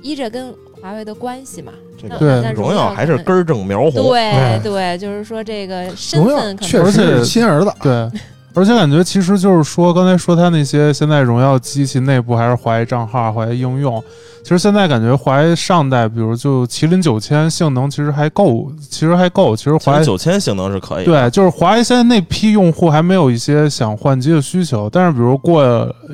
依着跟华为的关系嘛，这那个对那荣耀可还是能根儿正苗红，对哎对，就是说这个身荣耀份可确能实而且是亲儿子，对。而且感觉其实就是说，刚才说它那些现在荣耀机器内部还是华为账号、华为应用，其实现在感觉华为上代，比如就麒麟九千性能其实还够，其实还够。其实其华实为九千性能是可以，对，就是华为现在那批用户还没有一些想换机的需求，但是比如过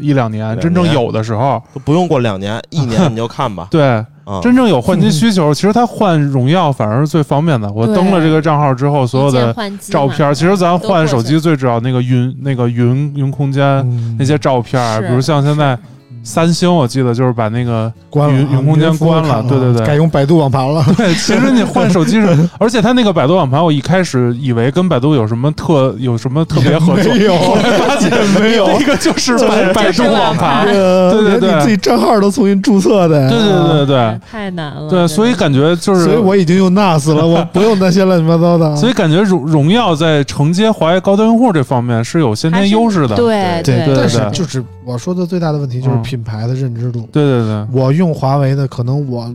一两年两真正年有的时候，，都不用过两年，一 *laughs* 年你就看吧对，啊，真正有换机需求，其实他换荣耀反而是最方便的。我对登了这个账号之后，所有 *laughs* 一键的换嗯机照嘛片儿，其实咱都过换手呃去机最主要那个云那个云云空间嗯那些照片儿，是比如像现在是三星我记得就是把那 *laughs* 个关了云啊云空间云服务关了看对对对改用百度网盘了。对，其实你换手 *laughs* 机是，而且它那个百度网盘，我一开始以为跟百度有什么特有什么特别合 *laughs* 作，没有后来发现没有， *laughs* 那个就是百百度网盘，对对对对啊你自己账号都重新注册的。对对对对嗯太难了。对，所以感觉就是，所以我已经用 NAS 了，我不用那些乱七八糟的。啊所以感觉荣荣耀在承接华为高端用户这方面是有先还天是优势的，对对对对但对是就是我说的最大的问题就是嗯品牌的认知度。对对，我用华为的，可能我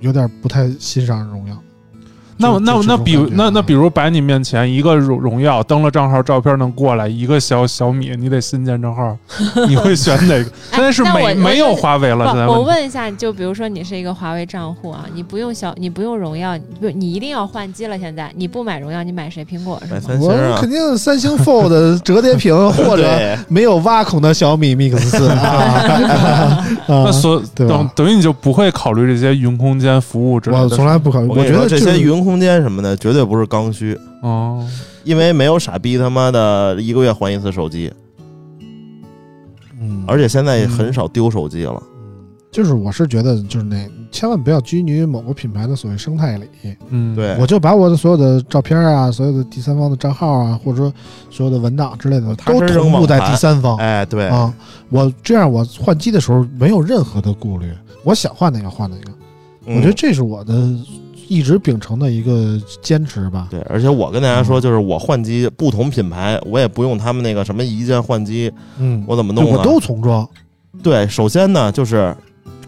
有点不太欣赏荣耀。那就那就这那种比感如觉那啊那比如摆你面前一个荣荣耀登了账号照片能过来，一个小小米，你得新建账号，你会选哪个？现在是那我没没有华为不，了，现在我问题问一下，就比如说你是一个华为账户啊，你不用小，你不用荣耀，你不，你一定要换机了。现在你不买荣耀，你买谁？苹果是买吗？嗯三星我啊肯，定是三星 Fold 折 *laughs* 叠屏或者对，没有挖孔的小米 Mix 四啊。那所对啊吧等等于你就不会考虑这些云空间服务之类我的事。从来不考虑，我我跟你觉说得这就是些云空间什么的，绝对不是刚需，哦，因为没有傻逼他妈的一个月换一次手机，嗯，而且现在也很嗯少丢手机了。就是我是觉得就是那千万不要拘泥于某个品牌的所谓生态里，嗯，，对，我就把我的所有的照片啊，所有的第三方的账号啊，或者说所有的文档之类的，他是都同步在第三方哎，对，啊。我这样我换机的时候没有任何的顾虑，我想换哪个换哪个。嗯我觉得这是我的一直秉承的一个坚持吧。对，而且我跟大家嗯说，就是我换机不同品牌，我也不用他们那个什么一键换机，嗯，我怎么对弄我呢？都重装，对，首先呢就是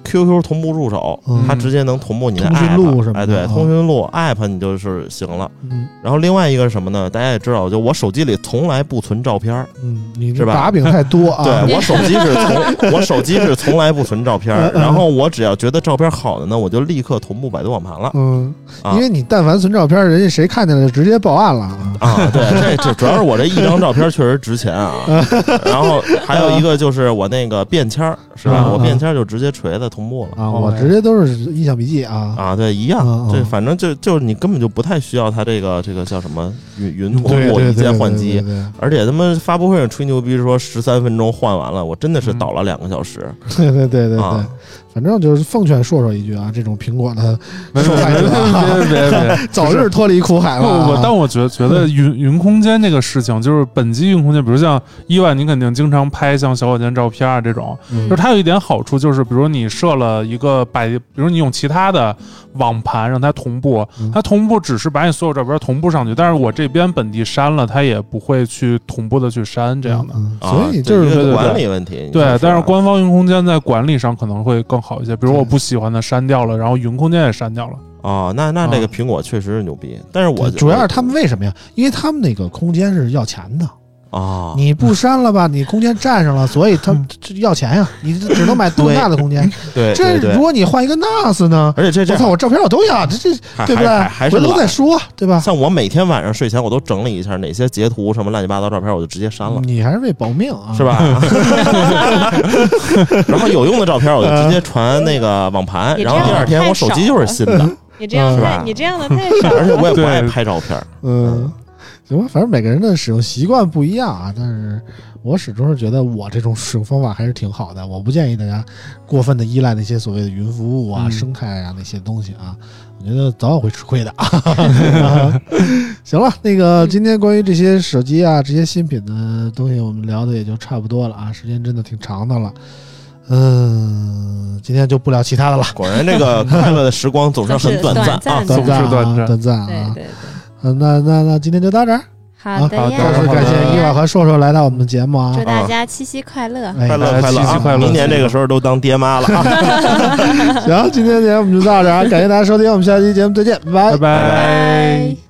QQ 同步入手，嗯它直接能同步你的通讯 app, 录什么的哎，对，啊通讯录 app 你就是行了。嗯然后另外一个是什么呢？大家也知道，就我手机里从来不存照片儿，嗯，你是这吧把柄太 *laughs* 多啊。 *laughs* 对我手机是从我手机是从来不存照片儿嗯，嗯然后我只要觉得照片好的呢，我就立刻同步百度网盘 *laughs* 了嗯，啊因为你但凡存照片，人家谁看见了直接报案了啊。啊。对，这这主要是我这一张照片确实值钱啊。嗯然后还有一个就是我那个便签儿，是吧？嗯我嗯便签儿就直接锤在同步了。啊，我直接都是印象笔记啊。啊，对，一样，嗯嗯这反正就就是你根本就不太需要它这个这个叫什么云云同对步对一对键对换对机对，对而且他们发布会上吹牛逼说十三分钟换完了，我真的是倒了两个小时 *laughs* 对对嗯对对对啊，！反正就是奉劝硕硕一句啊，这种苹 *laughs* 果的没受没害者啊，别别别别早日脱离苦海不吧啊。不，但我觉觉得云云空间这个事情，就是本机云空间，比如像伊万，你肯定经常拍像小火箭照片啊这种，嗯就是它有一点好处，就是比如你设了一个百，比如你用其他的网盘让它同步嗯，它同步只是把你所有照片同步上去，但是我这边本地删了，它也不会去同步的去删这样的。嗯啊所以就这一是对个对管理问题，你对说，但是吧官方云空间在管理上可能会更好一些，比如对我不喜欢的删掉了，然后云空间也删掉了。哦，那那这个啊苹果确实是牛逼，但是我对主要是他们为什么呀？因为他们那个空间是要钱的，啊，你不删了吧， *laughs* 你空间占上了，所以他们这要钱呀，你只能买多大的空间。嗯 *laughs* 对这对如对，果你换一个 NAS 呢？而且这我这操，我照片我都要，这这还对不还对还？还是回头懒再说，对吧？像我每天晚上睡前我都整理一下哪些截图什么乱七八糟照片，我就直接删了。你还是为保命啊，是？ *laughs* 吧？然后有用的照片我就嗯直接传那个网盘，你这然样后第二天我手机就是新的，你这样嗯是太吧你这样的太少而且了。我也不爱对拍照片。嗯，行吧，反正每个人的使用习惯不一样啊，但是我始终是觉得我这种使用方法还是挺好的，我不建议大家过分的依赖那些所谓的云服务啊、嗯生态啊那些东西啊，我觉得早晚会吃亏的。 *laughs* 行了，那个今天关于这些手机啊、这些新品的东西，我们聊的也就差不多了啊，时间真的挺长的了。嗯，今天就不聊其他的了，果然，这个快乐的时光总是很短暂 *laughs* 短啊暂！的短暂总是短啊，暂短暂对啊对。对，嗯，那那那今天就到这儿。好的好的呀，再次感谢伊娃和硕硕来到我们的节目啊祝！大家七夕快乐。哎快乐哎快乐七啊夕快乐明年这个时候都当爹妈了啊！行，今天的节目就到这儿啊，感谢大家收听，我们下期节目再见，拜拜拜。拜。